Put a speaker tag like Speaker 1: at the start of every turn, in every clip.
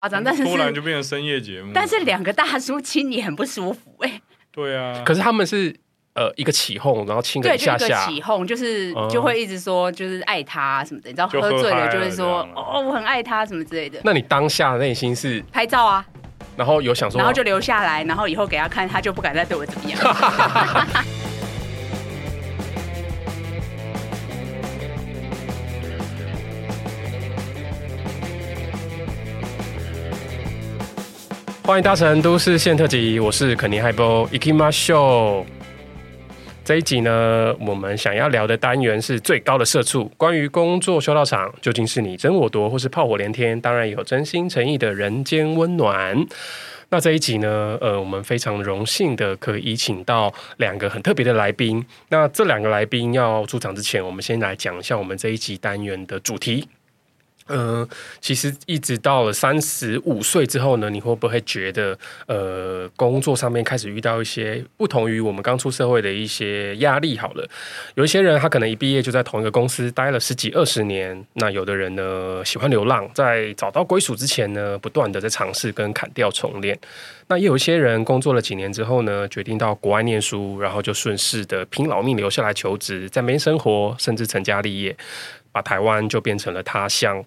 Speaker 1: 夸张，但是
Speaker 2: 嗯突然
Speaker 1: 是
Speaker 2: 就变嗯成深夜节目，
Speaker 1: 但是两个大叔亲你很不舒服哎、
Speaker 2: 对啊，
Speaker 3: 可是他们是呃一个起哄，然后亲个
Speaker 1: 对，
Speaker 3: 一
Speaker 1: 就一
Speaker 3: 下
Speaker 1: 个
Speaker 3: 下，
Speaker 1: 起哄，就是
Speaker 3: 嗯
Speaker 1: 就会一直说就是爱他什么的，你知道
Speaker 2: 就
Speaker 1: 喝
Speaker 2: 喝
Speaker 1: 醉
Speaker 2: 嗨
Speaker 1: 了
Speaker 2: 了
Speaker 1: 就会说
Speaker 2: 这样
Speaker 1: 哦我很爱他什么之类的，
Speaker 3: 那你当下内心是，
Speaker 1: 拍照啊，
Speaker 3: 然后有想说，
Speaker 1: 然后就留下来，然后以后给他看，他就不敢再对我怎么样。
Speaker 3: 欢迎搭乘都市线特辑，我是肯尼海波 Ikima Show。这一集呢，我们想要聊的单元是最高的社畜，关于工作修道场究竟是你争我夺，或是炮火连天，当然也有真心诚意的人间温暖。那这一集呢，呃，我们非常荣幸的可以请到两个很特别的来宾。那这两个来宾要出场之前，我们先来讲一下我们这一集单元的主题。嗯、其实一直到了三十五岁之后呢，你会不会觉得，呃，工作上面开始遇到一些不同于我们刚出社会的一些压力？好了，有一些人他可能一毕业就在同一个公司待了十几二十年，那有的人呢喜欢流浪，在找到归属之前呢，不断的在尝试跟砍掉重练。那也有一些人工作了几年之后呢，决定到国外念书，然后就顺势的拼老命留下来求职，在那边生活，甚至成家立业，把台湾就变成了他乡。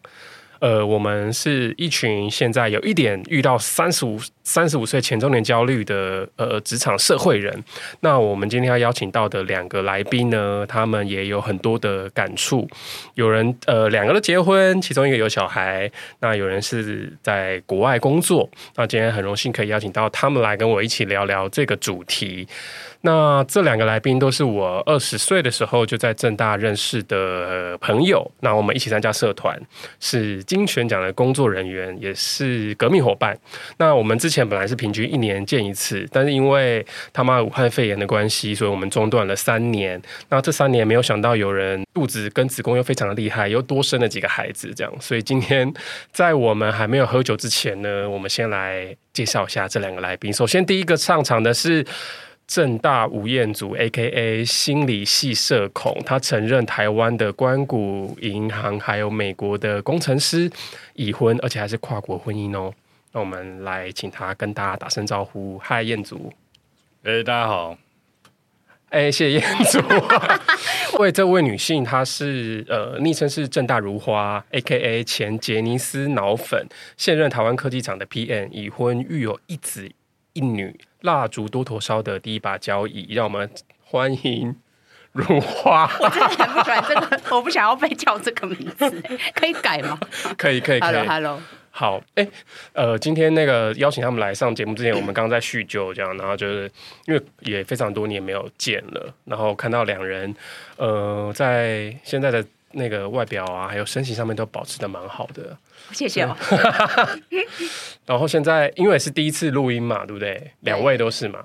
Speaker 3: 呃，我们是一群现在有一点遇到三十五三十五岁前中年焦虑的呃职场社会人。那我们今天要邀请到的两个来宾呢，他们也有很多的感触。有人呃两个都结婚，其中一个有小孩，那有人是在国外工作。那今天很荣幸可以邀请到他们来跟我一起聊聊这个主题。那这两个来宾都是我二十岁的时候就在正大认识的呃朋友，那我们一起参加社团，是金选奖的工作人员，也是革命伙伴。那我们之前本来是平均一年见一次，但是因为他妈武汉肺炎的关系，所以我们中断了三年。那这三年没有想到有人肚子跟子宫又非常的厉害，又多生了几个孩子，这样。所以今天在我们还没有喝酒之前呢，我们先来介绍一下这两个来宾。首先第一个上场的是。正大吴彦祖 （A.K.A. 心理系社恐），他曾任台湾的关谷银行，还有美国的工程师，已婚，而且还是跨国婚姻哦。那我们来请他跟大家打声招呼。嗨，彦祖！
Speaker 2: 哎、大家 好，
Speaker 3: 哎，谢谢彦祖。 为这位女性，她是呃，昵称是正大如花，A.K.A. 前杰尼斯脑粉，现任台湾科技厂的 P.N.，已婚，育有一子一女。蜡烛多头烧的第一把交椅，让我们欢迎如花。
Speaker 1: 我真的很不喜欢这个，我不想要被叫这个名字，可以改吗
Speaker 3: 可以，可以，可以。
Speaker 1: ？Hello Hello，
Speaker 3: 好，哎、呃，今天那个邀请他们来上节目之前，我们刚刚在叙旧，这样，然后就是因为也非常多年没有见了，然后看到两人，呃，在现在的那个外表啊，还有身形上面都保持的蛮好的。
Speaker 1: 谢谢哦。
Speaker 3: 然后现在因为是第一次录音嘛，对不对？两位都是嘛。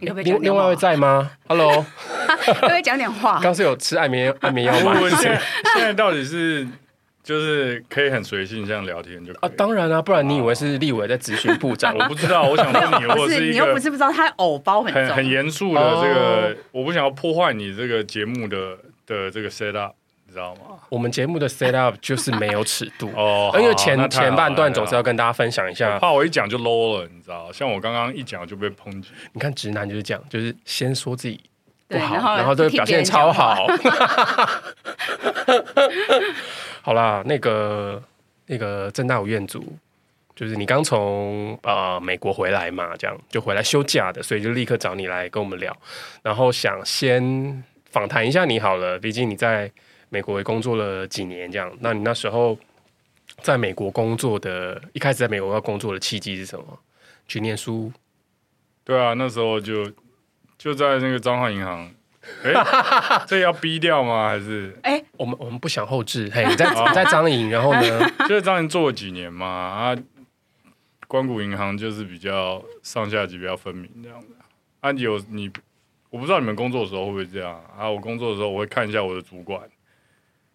Speaker 1: 你会不会
Speaker 3: 另
Speaker 1: 讲
Speaker 3: 另外一位
Speaker 1: 点话？
Speaker 3: 在吗？Hello，
Speaker 1: 会不会讲点 话？
Speaker 3: 刚是有吃安眠安眠药吗？
Speaker 2: 我现在现在到底是就是可以很随性这样聊天就可
Speaker 3: 啊
Speaker 2: 以，
Speaker 3: 当然啊，不然你以为是立委在咨询部长？
Speaker 2: 我不知道，我想问你，
Speaker 1: 不
Speaker 2: 我
Speaker 1: 是，
Speaker 2: 是
Speaker 1: 你
Speaker 2: 一
Speaker 1: 又不
Speaker 2: 个
Speaker 1: 是不知道他偶包很
Speaker 2: 很
Speaker 1: 重，
Speaker 2: 很严肃的这
Speaker 3: 哦
Speaker 2: 个，我不想要破坏你这个节目的的这个 set up，你知道吗？
Speaker 3: 我们节目的 set up 就是没有尺度
Speaker 2: 哦
Speaker 3: 因为
Speaker 2: 好那
Speaker 3: 前
Speaker 2: 太好了
Speaker 3: 前半段总是要
Speaker 2: 那
Speaker 3: 跟大家分享一
Speaker 2: 我
Speaker 3: 下。
Speaker 2: 怕我一讲就 low 了，你知道？像我刚刚一讲就被抨击，
Speaker 3: 你看直男就是这样，就是先说自己不
Speaker 1: 对，
Speaker 3: 好，
Speaker 1: 然后
Speaker 3: 然后就
Speaker 1: 听
Speaker 3: 表
Speaker 1: 别
Speaker 3: 现
Speaker 1: 人讲
Speaker 3: 超
Speaker 1: 话
Speaker 3: 好。 好啦，那个那个正大五院组，就是你刚从呃美国回来嘛，这样就回来休假的，所以就立刻找你来跟我们聊。然后想先访谈一下你好了，毕竟你在美国也工作了几年，这样，那你那时候在美国工作的，一开始在美国要工作的契机是什么？去念书，
Speaker 2: 对啊，那时候就就在那个彰化银行， 哎，这要逼掉吗？还是
Speaker 3: 我们我们不想后置，嘿，你在你在张颖，然后 呢？
Speaker 2: 就是彰银做了几年嘛？啊，关谷银行就是比较上下级比较分明这样的。啊，有你，我不知道你们工作的时候会不会这样啊？我工作的时候我会看一下我的主管，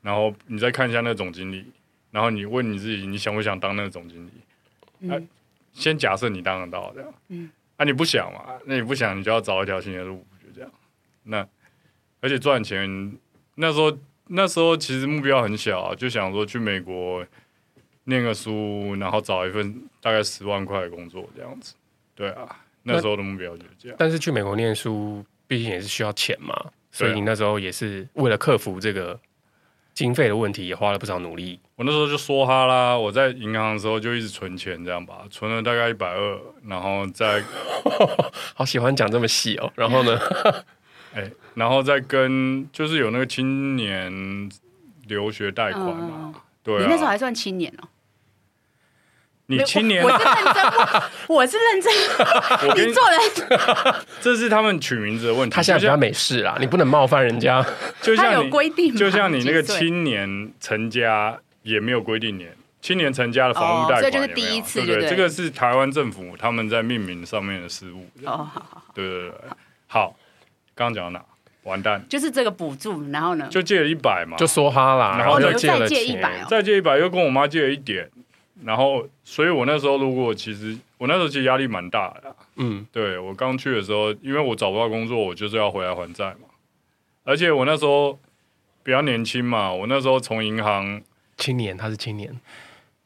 Speaker 2: 然后你再看一下那个总经理，然后你问你自己，你想不想当那个总经理？啊，先假设你当得到这样，
Speaker 1: 嗯
Speaker 2: 啊，你不想嘛？那你不想，你就要找一条新的路，就这样。那而且赚钱，那时候那时候其实目标很小啊、就想说去美国念个书，然后找一份大概十万块的工作这样子。对啊，那时候的目标就是这样。
Speaker 3: 但是去美国念书，毕竟也是需要钱嘛，所以
Speaker 2: 对啊
Speaker 3: 你那时候也是为了克服这个经费的问题，也花了不少努力。
Speaker 2: 我那时候就说哈啦，我在银行的时候就一直存钱，这样吧，存了大概一百二，然后再
Speaker 3: 好喜欢讲这么细哦。然后呢，
Speaker 2: 哎、然后再跟就是有那个青年留学贷款嘛，对
Speaker 1: 嗯你那时候
Speaker 2: 啊，
Speaker 1: 还算青年哦、
Speaker 2: 你青年啊
Speaker 1: 我，我是认真问，我 是认真。
Speaker 2: 我跟
Speaker 1: 你做人，
Speaker 2: 这是他们取名字的问题，
Speaker 3: 他现在比
Speaker 2: 就
Speaker 3: 较
Speaker 2: 像
Speaker 3: 美式啦，你不能冒犯人家。
Speaker 2: 就
Speaker 1: 他
Speaker 2: 像
Speaker 1: 有
Speaker 2: 你
Speaker 1: 规定吗？
Speaker 2: 就像你那个
Speaker 1: 几岁
Speaker 2: 青年成家也没有规定年，青年成家的房屋贷款
Speaker 1: 哦所以就是
Speaker 2: 也没有
Speaker 1: 第一次
Speaker 2: 对不
Speaker 1: 就对
Speaker 2: 这个是台湾政府他们在命名上面的失误，
Speaker 1: 哦，好好好，
Speaker 2: 对对对。好，刚刚讲到哪？完蛋，
Speaker 1: 就是这个补助，然后呢？
Speaker 2: 就借了一百嘛，
Speaker 3: 就说哈啦，
Speaker 2: 然
Speaker 3: 然
Speaker 2: 后
Speaker 3: 后
Speaker 2: 就
Speaker 3: 又借了
Speaker 1: 再借
Speaker 3: 钱
Speaker 1: 100哦
Speaker 2: 再借一百，又跟我妈借了一点，然后，所以我那时候如果其实我那时候其实压力蛮大的啊，
Speaker 3: 嗯，
Speaker 2: 对我刚去的时候，因为我找不到工作，我就是要回来还债嘛，而且我那时候比较年轻嘛，我那时候从银行，
Speaker 3: 青年他是青年，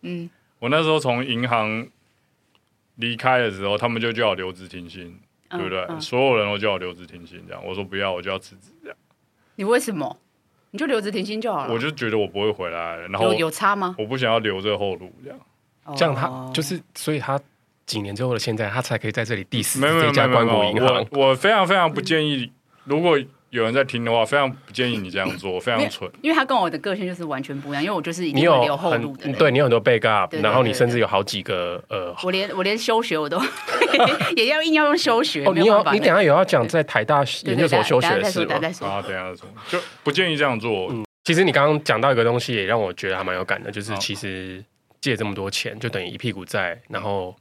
Speaker 1: 嗯，
Speaker 2: 我那时候从银行离开的时候，他们就叫我留职停薪，
Speaker 1: 嗯
Speaker 2: 对不对？
Speaker 1: 嗯
Speaker 2: 所有人都叫我留职停薪，这样我说不要，我就要辞职，
Speaker 1: 你为什么？你就留职停薪就好了。
Speaker 2: 我就觉得我不会回来了，然后
Speaker 1: 啊有有差吗？
Speaker 2: 我不想要留这个后路，这样。
Speaker 3: 这样他
Speaker 1: 哦
Speaker 3: 就是，所以他几年之后的现在，他才可以在这里 diss
Speaker 2: 没有没
Speaker 3: 这
Speaker 2: 有
Speaker 3: 家
Speaker 2: 没有
Speaker 3: 关
Speaker 2: 没
Speaker 3: 谷银
Speaker 2: 有，
Speaker 3: 行
Speaker 2: 我。我非常非常不建议，如果有人在听的话，非常不建议你这样做，非常蠢。
Speaker 1: 因为他跟我的个性就是完全不一样，因为我就是一
Speaker 3: 你
Speaker 1: 定会
Speaker 3: 有
Speaker 1: 留后路
Speaker 3: 很
Speaker 1: 的人。
Speaker 3: 对你有很多 backup，
Speaker 1: 对对
Speaker 3: 然后你
Speaker 1: 对对
Speaker 3: 甚至有好几个呃，
Speaker 1: 我连我连休学我都 也要硬要用休学，
Speaker 3: 哦，
Speaker 1: 没
Speaker 3: 你
Speaker 1: 有
Speaker 3: 有
Speaker 1: 办法
Speaker 3: 你等一下有要讲在台大
Speaker 1: 对
Speaker 3: 研
Speaker 1: 对
Speaker 3: 究所
Speaker 1: 等下
Speaker 3: 休学
Speaker 1: 等下再
Speaker 3: 的事
Speaker 1: 说，
Speaker 3: 吗
Speaker 1: 等下？再说。
Speaker 2: 啊，等一下再说，就不建议这样做。
Speaker 3: 其实你刚刚讲到一个东西，也让我觉得还蛮有感的，就是
Speaker 2: 好
Speaker 3: 其实借这么多钱，就等于一屁股债，然后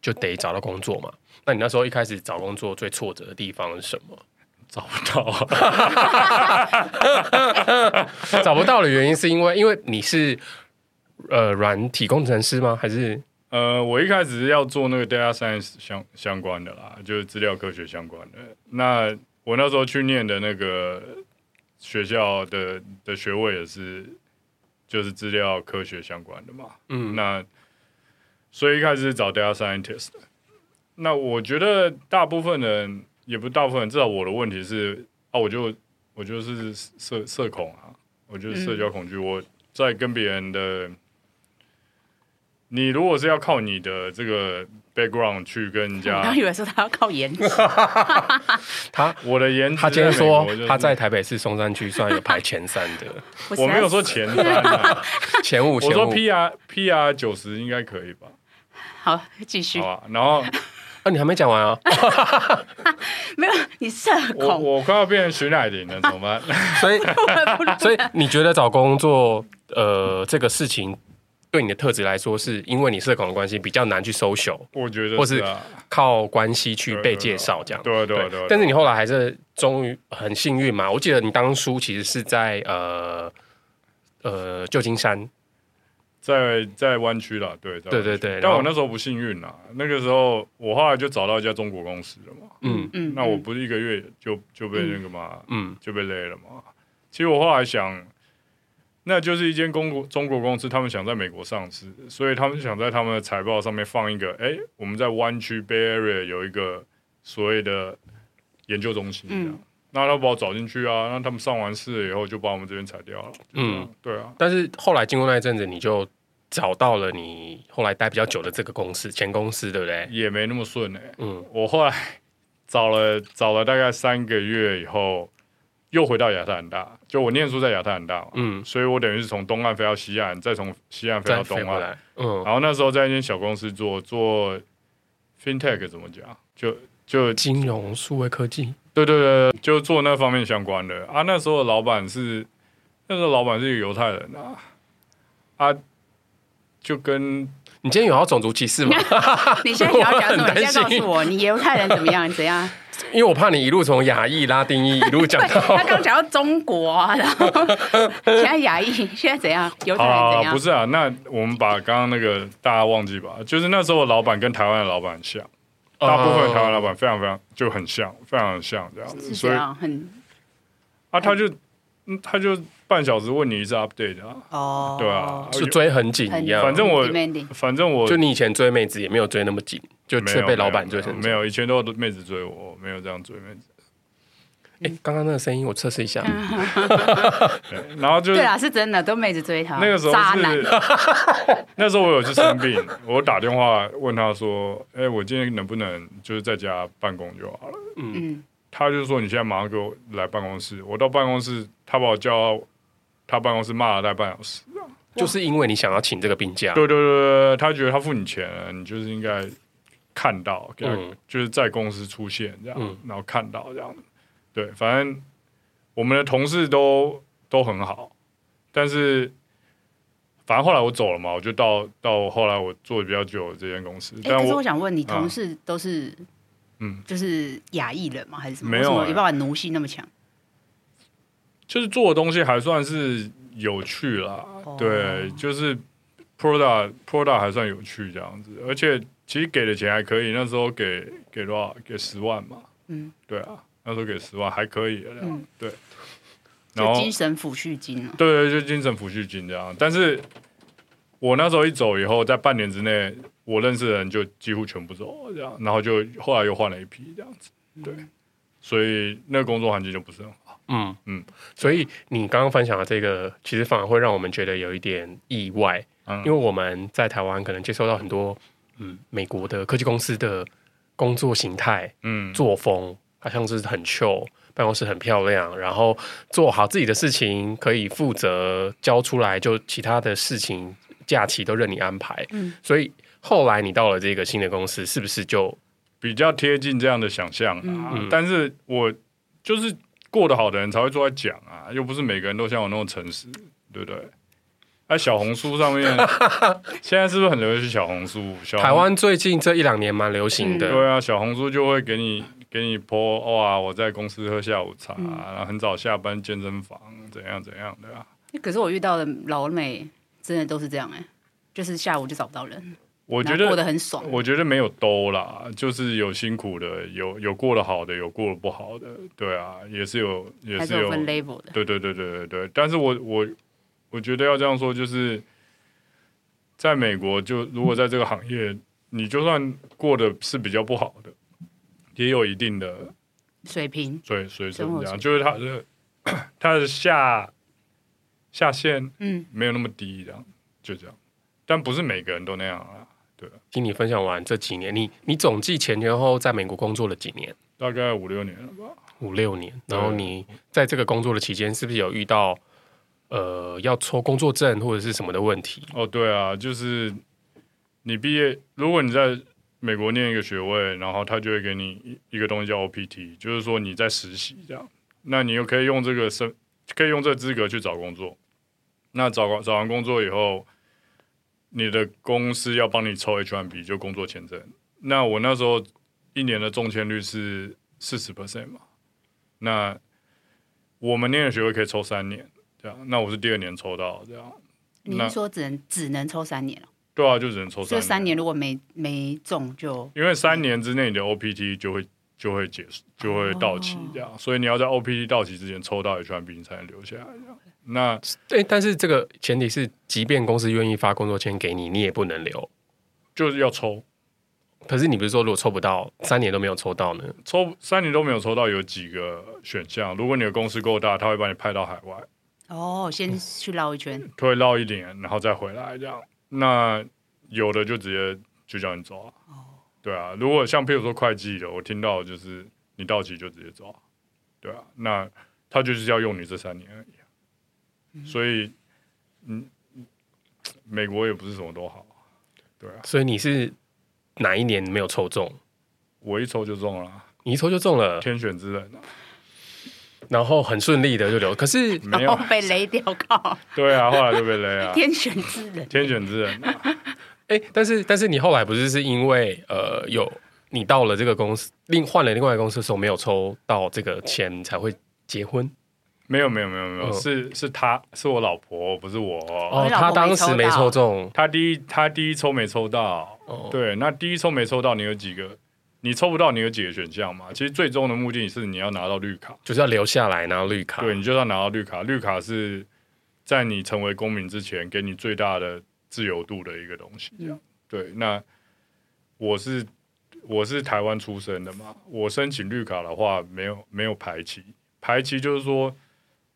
Speaker 3: 就得找到工作嘛。那你那时候一开始找工作最挫折的地方是什么？
Speaker 2: 找不到 啊，
Speaker 3: 找不到的原因是因为因为你是呃软体工程师吗？还是
Speaker 2: 呃，我一开始是要做那个 data science 相相关的啦，就是资料科学相关的。那我那时候去念的那个学校的的学位也是，就是资料科学相关的嘛。
Speaker 3: 嗯
Speaker 2: 那所以一开始是找 data scientist 的。那我觉得大部分人也不大部分人，至少我的问题是啊，我就我就是社社恐啊，我就是社交恐
Speaker 1: 嗯
Speaker 2: 惧。我在跟别人的，你如果是要靠你的这个 background 去跟人
Speaker 1: 哦我
Speaker 2: 家
Speaker 1: 刚，以为说他要靠颜值，
Speaker 3: 他
Speaker 2: 我的颜值
Speaker 3: 他今天
Speaker 2: 在美
Speaker 3: 说
Speaker 2: 国就是
Speaker 3: 他在台北市松山区算有排前三 的
Speaker 1: 实
Speaker 2: 我
Speaker 1: 在
Speaker 2: 没有说
Speaker 1: 是
Speaker 2: 前三、啊，
Speaker 3: 前五，
Speaker 2: 我
Speaker 3: 前
Speaker 2: 说
Speaker 3: 五
Speaker 2: PR PR 九十应该可以吧？
Speaker 1: 好继续
Speaker 2: 好，吧，然后
Speaker 3: 啊，你还没讲完啊，
Speaker 1: 没有你社
Speaker 2: 我
Speaker 1: 恐，
Speaker 2: 我快要变成徐乃麟了，怎么办？
Speaker 3: 所以
Speaker 1: 不 然
Speaker 3: 所以你觉得找工作，呃，这个事情对你的特质来说，是因为你社恐的关系比较难去 social，
Speaker 2: 我觉得
Speaker 3: 或
Speaker 2: 是
Speaker 3: 是
Speaker 2: 啊，
Speaker 3: 靠关系去被介绍这样。
Speaker 2: 对啊对啊对啊对啊
Speaker 3: 但是你后来还是终于很幸运嘛，我记得你当初其实是在呃呃旧金山，
Speaker 2: 在在湾区啦，对在湾区
Speaker 3: 对对对
Speaker 2: 但
Speaker 3: 然后
Speaker 2: 我那时候不幸运啦，那个时候我后来就找到一家中国公司了嘛，
Speaker 3: 嗯
Speaker 1: 嗯
Speaker 2: 那我不是一个月就就被那个嘛、
Speaker 3: 嗯，
Speaker 2: 就被累了嘛。其实我后来想，那就是一间公国中国公司，他们想在美国上市，所以他们想在他们的财报上面放一个，哎、我们在湾区 Bay Area 有一个所谓的研究中心这样。
Speaker 1: 嗯
Speaker 2: 那他把我找进去啊，那他们上完市了以后就把我们这边裁掉了。
Speaker 3: 嗯
Speaker 2: 嗯，对啊，
Speaker 3: 但是后来经过那一阵子，你就找到了你后来待比较久的这个公司前公司，对不对？
Speaker 2: 也没那么顺哎、
Speaker 3: 嗯，
Speaker 2: 我后来 找了找了大概三个月以后，又回到亚特兰大。就我念书在亚特兰大嘛，
Speaker 3: 嗯
Speaker 2: 所以我等于是从东岸飞到西岸，再从西岸飞
Speaker 3: 再
Speaker 2: 到
Speaker 3: 飞
Speaker 2: 东
Speaker 3: 回
Speaker 2: 岸。
Speaker 3: 来，嗯，
Speaker 2: 然后那时候在一间小公司做做 fintech 怎么讲？就就
Speaker 3: 金融数位科技，
Speaker 2: 对对对，对就做那方面相关的啊。那时候的老板是那时候老板是一个犹太人啊啊，就跟
Speaker 3: 你今天有要种族歧视吗？
Speaker 1: 你现在想要讲什
Speaker 3: 我
Speaker 1: 么？
Speaker 3: 很
Speaker 1: 你现
Speaker 3: 担
Speaker 1: 在告
Speaker 3: 心
Speaker 1: 诉我，你犹太人怎么样？怎 样？
Speaker 3: 因为我怕你一路从亚裔、拉丁裔一路讲
Speaker 1: 对
Speaker 3: 到
Speaker 1: 他 刚讲到中国啊，然后现在亚裔，现在怎样？犹太人
Speaker 2: 啊
Speaker 1: 怎，样
Speaker 2: 不？是啊，那我们把刚刚那个大家忘记吧，就是那时候的老板跟台湾的老板很像，
Speaker 3: 哦
Speaker 2: 大部分台湾老板非常非常就很像，非常很像这样子，
Speaker 1: 是
Speaker 2: 所
Speaker 1: 这
Speaker 2: 以
Speaker 1: 样，很
Speaker 2: 啊，他就嗯他就半小时问你一次 update 啊，
Speaker 1: 哦，
Speaker 2: 对啊，，
Speaker 3: 就追很紧
Speaker 1: 很
Speaker 3: 一样。
Speaker 2: 反正我
Speaker 1: demanding
Speaker 2: 反正我
Speaker 3: 啊就你以前追妹子也没有追那么紧，就
Speaker 2: 没有
Speaker 3: 却被老板
Speaker 2: 没有
Speaker 3: 追成
Speaker 2: 没有，以前都有妹子追我，我没有这样追妹子。
Speaker 3: 哎，刚刚那个声音我测试一下，
Speaker 1: 嗯
Speaker 2: 对然后就是
Speaker 1: 对啊啦，是真的，都妹子追他，
Speaker 2: 那个时候
Speaker 1: 渣男
Speaker 2: 是，那时候我有去生病，我打电话问他说：“哎、我今天能不能就是在家办公就好了
Speaker 1: 嗯，？”
Speaker 2: 他就说：“你现在马上给我来办公室。”我到办公室，他把我叫到他办公室骂了大概半小时。
Speaker 3: 就是因为你想要请这个病假，
Speaker 2: 对对对对，他觉得他付你钱了，你就是应该看到，给他
Speaker 3: 嗯
Speaker 2: 就是在公司出现这样，
Speaker 3: 嗯
Speaker 2: 然后看到这样。对，反正我们的同事都都很好，但是反正后来我走了嘛，我就到到后来我做的比较久的这间公司，
Speaker 1: 哎，
Speaker 2: 但
Speaker 1: 可是我
Speaker 2: 我
Speaker 1: 想问你，
Speaker 2: 啊
Speaker 1: 同事都是
Speaker 2: 嗯
Speaker 1: 就是亚裔人吗？还是什么？
Speaker 2: 没有
Speaker 1: 为什么
Speaker 2: 哎
Speaker 1: 有办法奴性那么强？
Speaker 2: 就是做的东西还算是有趣啦，
Speaker 1: 哦
Speaker 2: 对，就是 product product 还算有趣这样子，而且其实给的钱还可以，那时候给给多少？给十万嘛，
Speaker 1: 嗯，
Speaker 2: 对啊，那时候给十万还可以了，
Speaker 1: 嗯
Speaker 2: 对。然
Speaker 1: 就
Speaker 2: 后
Speaker 1: 精神抚恤金啊了。
Speaker 2: 对对，就精神抚恤金这样。但是我那时候一走以后，在半年之内，我认识的人就几乎全部走了这样，然后就后来又换了一批这样子，对。
Speaker 1: 嗯
Speaker 2: 所以那个工作环境就不是很好，
Speaker 3: 嗯嗯
Speaker 2: 嗯，
Speaker 3: 所以你刚刚分享的这个，其实反而会让我们觉得有一点意外，
Speaker 2: 嗯
Speaker 3: 因为我们在台湾可能接受到很多嗯美国的科技公司的工作形态、
Speaker 2: 嗯，
Speaker 3: 作风，好像是很 chill，办公室很漂亮，然后做好自己的事情，可以负责交出来，就其他的事情假期都任你安排。
Speaker 1: 嗯
Speaker 3: 所以后来你到了这个新的公司，是不是就
Speaker 2: 比较贴近这样的想象啊。
Speaker 3: 嗯
Speaker 2: 但是我就是过得好的人才会出来讲啊，又不是每个人都像我那么诚实，对不对？哎、小红书 上面现在是不是很流行小红书？小红
Speaker 3: 台湾最近这一两年蛮流行的？
Speaker 2: 对啊，小红书就会给你给你 po 哇，我在公司喝下午茶，
Speaker 1: 嗯
Speaker 2: 然后很早下班健身房，怎样怎样的啊。
Speaker 1: 哎可是我遇到的老美真的都是这样哎，就是下午就找不到人，
Speaker 2: 我觉
Speaker 1: 然后过得
Speaker 2: 得
Speaker 1: 很爽。
Speaker 2: 我觉得没有兜啦，就是有辛苦的，有有过得好的，有过得不好的，对啊，也是有也
Speaker 1: 还是
Speaker 2: 是
Speaker 1: 有
Speaker 2: 有
Speaker 1: 分 label 的，
Speaker 2: 对对对对对对，但是我我我觉得要这样说，就是在美国就，如果在这个行业，你就算过得是比较不好的，也有一定的
Speaker 1: 水平，
Speaker 2: 水水
Speaker 1: 生
Speaker 2: 准，
Speaker 1: 活
Speaker 2: 这样
Speaker 1: 水
Speaker 2: 就是它的 它的下下限
Speaker 1: 嗯，
Speaker 2: 没有那么低，这样就这样，但不是每个人都那样啊，
Speaker 3: 听你分享完这几年，你你总计前前后后在美国工作了几年？
Speaker 2: 大概五六年了吧，
Speaker 3: 五六年。
Speaker 2: 对
Speaker 3: 然后你在这个工作的期间，是不是有遇到呃要抽工作证或者是什么的问题？
Speaker 2: 哦，对啊，就是你毕业，如果你在美国念一个学位，然后他就会给你一一个东西叫 OPT，就是说你在实习这样，那你又可以用这个身，可以用这资格去找工作。那找找完工作以后，你的公司要帮你抽 H1B，就工作签证。那我那时候一年的中签率是四十 percent 嘛，那我们念的学位可以抽三年，这样，那我是第二年抽到这样。
Speaker 1: 你
Speaker 2: 那
Speaker 1: 是说只能只能抽三年了？
Speaker 2: 对啊，就只能抽三
Speaker 1: 这
Speaker 2: 年。
Speaker 1: 三年如果没没中就
Speaker 2: 因为三年之内你的 OPT 就会就会结束，就会到期这样，所以你要在 OPT 到期之前抽到 H1B 你才能留下来这样。那
Speaker 3: 对，但是这个前提是，即便公司愿意发工作签给你，你也不能留。
Speaker 2: 就是要抽，
Speaker 3: 可是你不是说如果抽不到，三年都没有抽到呢？
Speaker 2: 抽三年都没有抽到，有几个选项。如果你的公司够大，他会把你派到海外，
Speaker 1: 哦，
Speaker 2: 嗯
Speaker 1: 先去绕一圈，
Speaker 2: 会绕一年，然后再回来这样。那有的就直接就叫你走啊。对啊，如果像譬如说会计的，我听到就是你到期就直接走啊。对啊，那他就是要用你这三年而已啊、所以，嗯，美国也不是什么都好。对啊，
Speaker 3: 所以你是哪一年没有抽中？
Speaker 2: 我一抽就中了啊，
Speaker 3: 你一抽就中了，
Speaker 2: 天选之人啊！
Speaker 3: 然后很顺利的就留。可是
Speaker 2: 没
Speaker 1: 然
Speaker 2: 有
Speaker 1: 后
Speaker 2: 啊，
Speaker 1: 被雷掉，靠，
Speaker 2: 对 啊，后来就被勒啊，
Speaker 1: 天选之人。
Speaker 2: 天选之人啊、
Speaker 3: 哎，但是但是你后来不是是因为呃有你到了这个公司，另换了另外一个公司的时候没有抽到这个签才会结婚
Speaker 2: 没有没有没有没有，
Speaker 3: 嗯
Speaker 2: 是是他是我老婆，不是我。
Speaker 1: 哦你老
Speaker 3: 他
Speaker 1: 婆
Speaker 3: 当
Speaker 1: 没
Speaker 3: 时没
Speaker 1: 抽到
Speaker 3: 抽中，
Speaker 2: 他第一他第一抽没抽到，
Speaker 3: 哦
Speaker 2: 对，那第一抽没抽到，你有几个？你抽不到，你有几个选项嘛？其实最终的目的是你要拿到绿卡，
Speaker 3: 就是要留下来拿绿卡。
Speaker 2: 对，你就是要拿到绿卡。绿卡是在你成为公民之前，给你最大的自由度的一个东西。这样对，那我是我是台湾出生的嘛，我申请绿卡的话，没有没有排期，排期就是说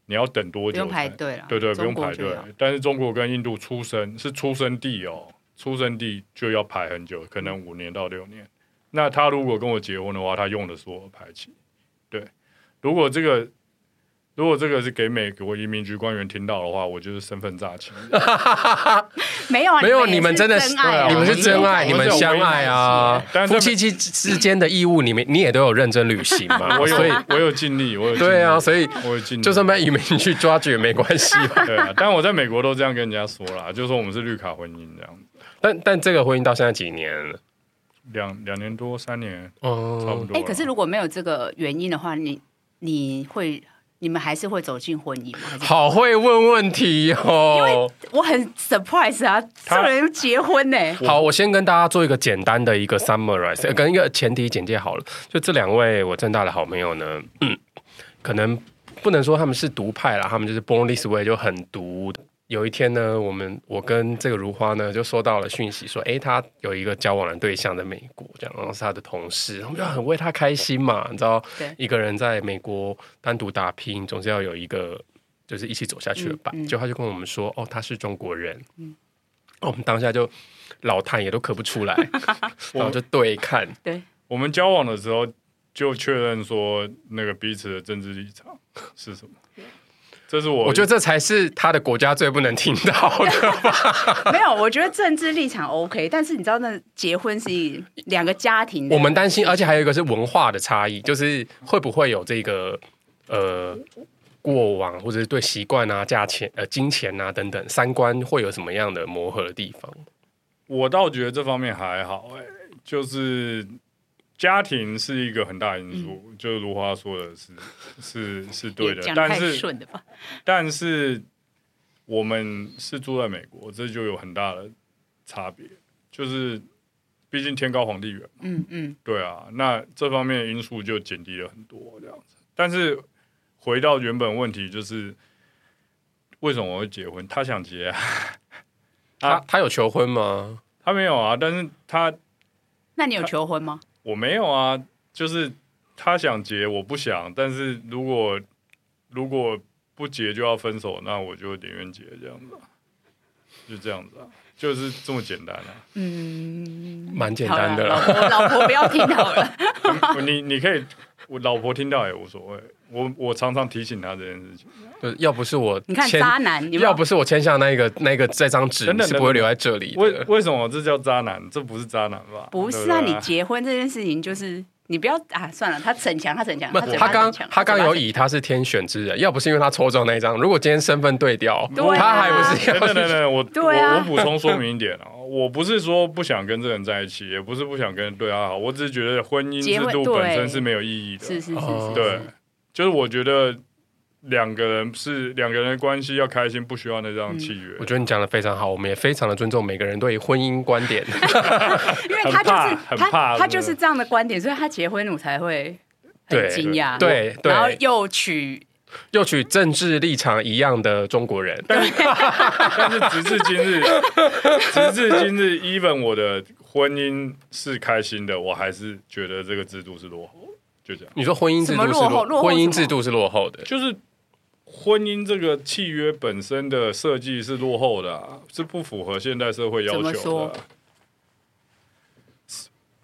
Speaker 2: 你要等多
Speaker 1: 不
Speaker 2: 久？
Speaker 1: 用排。队了，
Speaker 2: 对对，不
Speaker 1: 啊中
Speaker 2: 用
Speaker 1: 国
Speaker 2: 排
Speaker 1: 就
Speaker 2: 队
Speaker 1: 有。
Speaker 2: 但是中国跟印度出生是出生地哦，出生地就要排很久，可能五年到六年。那他如果跟我结婚的话，他用的是我的排期。对，如果这个如果这个是给美国移民局官员听到的话，我就是身份诈 欺。
Speaker 1: 没有啊，
Speaker 3: 没有，
Speaker 1: 你
Speaker 3: 你们真的
Speaker 1: 是
Speaker 3: 是
Speaker 1: 真爱啊，
Speaker 3: 你们是真爱，
Speaker 2: 我们
Speaker 3: 你们
Speaker 2: 是
Speaker 3: 相爱啊
Speaker 2: 但！是
Speaker 3: 夫 妻之之间的义务，你们你也都有认真履行嘛，
Speaker 2: 我有
Speaker 3: 所以
Speaker 2: 我有尽力，我有尽力
Speaker 3: 对啊，所以
Speaker 2: 我有尽力，
Speaker 3: 就算被移民去抓举也没关系吧。
Speaker 2: 对啊，但我在美国都这样跟人家说啦，就说我们是绿卡婚姻这样子，
Speaker 3: 但但这个婚姻到现在几年了？
Speaker 2: 两两年多三年差不
Speaker 3: 哦，
Speaker 2: 多啦。
Speaker 1: 哎、可是如果没有这个原因的话，你你会你们还是会走进婚姻吗？还是
Speaker 3: 好会问问题
Speaker 1: 因为
Speaker 3: 哦。
Speaker 1: 我很 surprise 啊，这
Speaker 2: 他
Speaker 1: 个人结婚呢、
Speaker 3: 好，我先跟大家做一个简单的一个 summarize，呃跟一个前提简介好了。就这两位我正大的好朋友呢，嗯，可能不能说他们是独派啦，他们就是 born this way 就很独。有一天呢，我们我跟这个如花呢就收到了讯息说，诶，她有一个交往的对象在美国，这样，然后是她的同事，我们就很为她开心嘛，你知道
Speaker 1: 对，
Speaker 3: 一个人在美国单独打拼，总是要有一个就是一起走下去的伴。
Speaker 1: 嗯嗯嗯
Speaker 3: 就她就跟我们说，哦，她是中国人，哦我们当下就老痰也都咳不出来，然后就对看，
Speaker 1: 对，
Speaker 2: 我们交往的时候就确认说那个彼此的政治立场是什么，这是我
Speaker 3: 我觉得这才是他的国家最不能听到的。
Speaker 1: 没有，我觉得政治立场 OK，但是你知道，那结婚是一两个家庭的
Speaker 3: 我们担心，而且还有一个是文化的差异，就是会不会有这个呃过往或者是对习惯啊、价钱、呃金钱啊等等三观会有什么样的磨合的地方？
Speaker 2: 我倒觉得这方面还好、哎，就是家庭是一个很大因素，就如花说的是是是对
Speaker 1: 嗯也
Speaker 2: 的，
Speaker 1: 讲
Speaker 2: 但
Speaker 1: 太
Speaker 2: 是
Speaker 1: 顺了吧？
Speaker 2: 但是我们是住在美国，这就有很大的差别，就是毕竟天高皇帝远。
Speaker 1: 嗯嗯，
Speaker 2: 对啊，那这方面的因素就减低了很多这样子。但是回到原本问题，就是为什么我会结婚？他想结、啊，
Speaker 3: 他他有求婚吗？
Speaker 2: 他没有啊，但是他
Speaker 1: 那你有求婚吗？
Speaker 2: 我没有啊，就是他想结，我不想。但是如果如果不结就要分手，那我就宁愿结这样子、啊，就这样子啊，就是这么简单啊。
Speaker 1: 嗯，
Speaker 3: 蛮简
Speaker 1: 好
Speaker 3: 单
Speaker 1: 啦
Speaker 3: 的
Speaker 1: 老
Speaker 3: 啦。
Speaker 1: 婆老婆不要听好 了。
Speaker 2: 你你可以，我老婆听到也无所谓。我我常常提醒她这件事情。
Speaker 3: 就是要不是我
Speaker 1: 你看
Speaker 3: 签
Speaker 1: 渣男，你
Speaker 3: 要不是我签下那个那个这张纸，
Speaker 2: 等
Speaker 3: 你
Speaker 2: 等
Speaker 3: 是不会留在这里
Speaker 2: 为
Speaker 3: 的。
Speaker 2: 为什么这叫渣男？这不是渣男吧？
Speaker 1: 不
Speaker 2: 对
Speaker 1: 是
Speaker 2: 对
Speaker 1: 啊， 你结婚这件事情就是你不要啊，算了，他逞强，他逞强，
Speaker 3: 不，
Speaker 1: 嘴
Speaker 3: 他
Speaker 1: 巴
Speaker 3: 刚
Speaker 1: 逞强
Speaker 3: 他刚
Speaker 1: 嘴巴
Speaker 3: 有
Speaker 1: 逞
Speaker 3: 以他是天选之人，要不是因为他抽中那一张，如果今天身份对调，
Speaker 1: 对啊
Speaker 3: 他还不是
Speaker 2: 等等等
Speaker 3: 要
Speaker 2: 等，我
Speaker 1: 对啊
Speaker 2: 我我补充说明一点啊，我不是说不想跟这个人在一起，也不是不想跟人对他好，我只是觉得婚姻
Speaker 1: 结
Speaker 2: 制
Speaker 1: 婚
Speaker 2: 度
Speaker 1: 对
Speaker 2: 本身是没有意义的。
Speaker 1: 是是是
Speaker 3: 哦
Speaker 1: 是，
Speaker 2: 对，就是我觉得两个人是两个人的关系要开心，不需要那张契约。
Speaker 3: 我觉得你讲的非常好，我们也非常的尊重每个人对于婚姻观 点。
Speaker 1: 因为他就是
Speaker 2: 很怕很
Speaker 1: 他
Speaker 2: 怕
Speaker 1: 他
Speaker 2: 是
Speaker 1: 就
Speaker 2: 不是
Speaker 1: 是这样的观点，所以他结婚我才会很
Speaker 3: 对
Speaker 1: 惊讶，
Speaker 3: 对对
Speaker 1: 然后又娶
Speaker 3: 又取政治立场一样的中国人，
Speaker 2: 但是直至今 日，直至今日，even 我的婚姻是开心的，我还是觉得这个制度是落后的，就这样。
Speaker 3: 你说婚姻制度是
Speaker 1: 什么落后落后
Speaker 3: 婚
Speaker 1: 什
Speaker 3: 姻
Speaker 1: 么
Speaker 3: 制度是落后的，
Speaker 2: 就是婚姻这个契约本身的设计是落后的啊、是不符合现代社会要
Speaker 1: 怎么
Speaker 2: 求的
Speaker 1: 说
Speaker 2: 啊。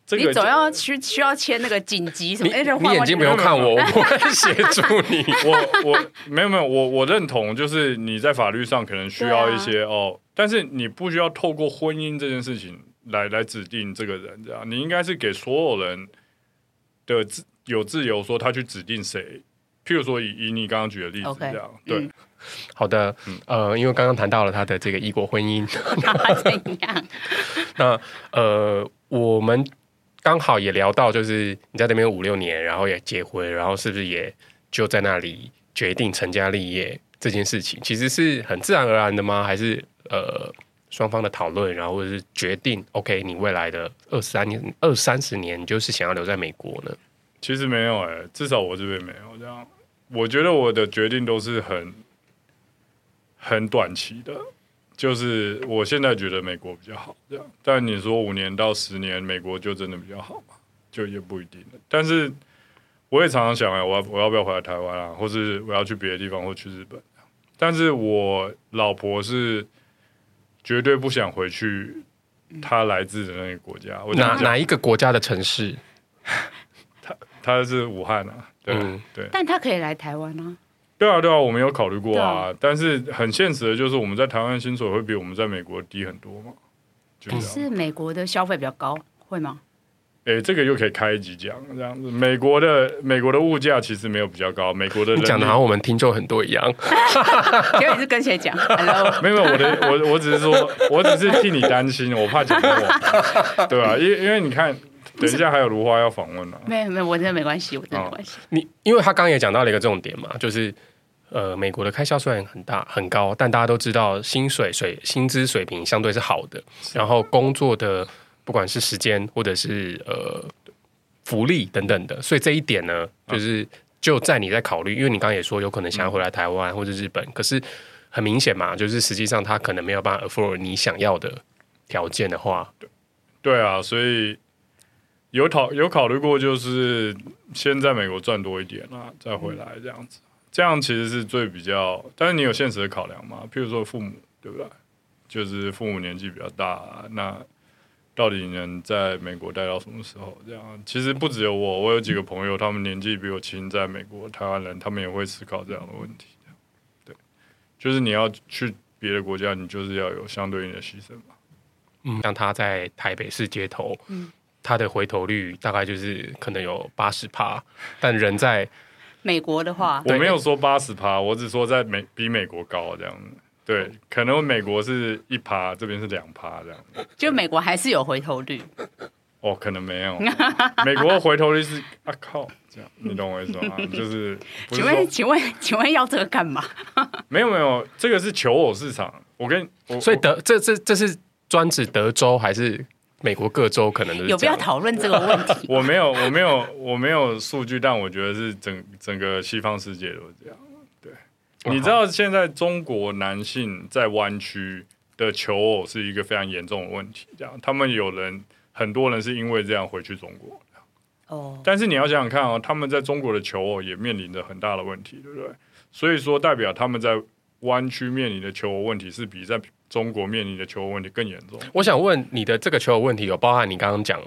Speaker 2: 这个
Speaker 1: 你总要需需要签那个紧急什
Speaker 3: 你
Speaker 1: 么，哎，这
Speaker 3: 你
Speaker 1: 换
Speaker 3: 眼睛不用 看我，我不会协助你。
Speaker 2: 我我 没有没有我我认同，就是你在法律上可能需要一
Speaker 1: 嗯
Speaker 2: 些、哦，但是你不需要透过婚姻这件事情来来指定这个人，这样你应该是给所有人的自有自由说他去指定谁。譬如说以以你刚刚举的例子
Speaker 1: OK，
Speaker 2: 这样对，
Speaker 1: 嗯
Speaker 3: 好的，呃，因为刚刚谈到了他的这个异国婚姻，
Speaker 1: 他怎样？
Speaker 3: 那呃，我们刚好也聊到，就是你在那边五六年，然后也结婚，然后是不是也就在那里决定成家立业这件事情，其实是很自然而然的吗？还是呃双方的讨论，然后或者是决定？OK，你未来的二三年、二三十年，你就是想要留在美国呢？
Speaker 2: 其实没有哎、至少我这边没有这样。我觉得我的决定都是很很短期的，就是我现在觉得美国比较好，这样。但你说五年到十年，美国就真的比较好嘛？就也不一定了。但是我也常常想哎、我要我要不要回来台湾啊？或是我要去别的地方，或去日本啊、但是我老婆是绝对不想回去她来自的那个国家。我这
Speaker 3: 哪
Speaker 2: 样讲，
Speaker 3: 哪一个国家的城市？
Speaker 2: 她是武汉啊，对、
Speaker 3: 嗯
Speaker 2: 对。
Speaker 1: 但他可以来台湾啊。
Speaker 2: 对啊，对啊，我们有考虑过啊，但是很现实的就是我们在台湾的薪水会比我们在美国低很多嘛，
Speaker 1: 可
Speaker 2: 就这样。
Speaker 1: 哎是美国的消费比较高，会吗？
Speaker 2: 哎，这个又可以开一集讲这样子。美国的美国的物价其实没有比较高，美国的人
Speaker 3: 你
Speaker 2: 力
Speaker 3: 讲的好像我们听众很多一样。
Speaker 1: 结果你是跟谁讲？Hello，
Speaker 2: 没有，没有我的我我只是说， 我只是替你担心，我怕讲错，对啊，因为因为你看，等一下还有如花要访问啊，
Speaker 1: 没有没有，我真的没关系，我真的
Speaker 2: 哦
Speaker 1: 没关系。
Speaker 3: 你因为他刚刚也讲到了一个重点嘛，就是呃，美国的开销虽然很大很高，但大家都知道薪水水薪资水平相对是好的，然后工作的不管是时间或者是呃福利等等的，所以这一点呢，就是就在你在考虑，因为你刚刚也说有可能想要回来台湾或者日本，可是很明显嘛，就是实际上他可能没有办法 afford 你想要的条件的话，
Speaker 2: 对啊，所以有考有考虑过，就是先在美国赚多一点啊，再回来这样子，这样其实是最比较。但是你有现实的考量嘛？譬如说父母，对不对？就是父母年纪比较大、啊那到底能在美国待到什么时候？这样其实不只有我，我有几个朋友，他们年纪比我轻，在美国台湾人，他们也会思考这样的问题。这样对，就是你要去别的国家，你就是要有相对应的牺牲嘛。
Speaker 3: 嗯，像他在台北市街头，
Speaker 1: 嗯
Speaker 3: 他的回头率大概就是可能有八十趴，但人在
Speaker 1: 美国的话，
Speaker 2: 我
Speaker 3: 对
Speaker 2: 没有说八十趴，我只说在美比美国高这样子。对，可能美国是一趴，这边是两趴这样。
Speaker 1: 就美国还是有回头率。
Speaker 2: 哦，可能 没有。美国回头率是啊靠，这样你懂我意思吗？就是不是
Speaker 1: 请问，
Speaker 2: 说
Speaker 1: 请问， 请问要这个干嘛？
Speaker 2: 没有没有，这个是求偶市场。我跟我
Speaker 3: 所以
Speaker 2: 我
Speaker 3: 德这这这是专指德州还是美国各州可能都是
Speaker 1: 有必
Speaker 3: 这样
Speaker 1: 要讨论这个问题？
Speaker 2: 我没有我没有我没有数据，但我觉得是整整个西方世界都是这样。
Speaker 3: 嗯
Speaker 2: 你知道现在中国男性在湾区的求偶是一个非常严重的问题，这样他们有人很多人是因为这样回去中国，
Speaker 1: 哦，
Speaker 2: 但是你要想想看哦，他们在中国的求偶也面临着很大的问题，对不对？所以说代表他们在湾区面临的求偶问题是比在中国面临的求偶问题更严重。
Speaker 3: 我想问你的这个求偶问题有包含你刚刚讲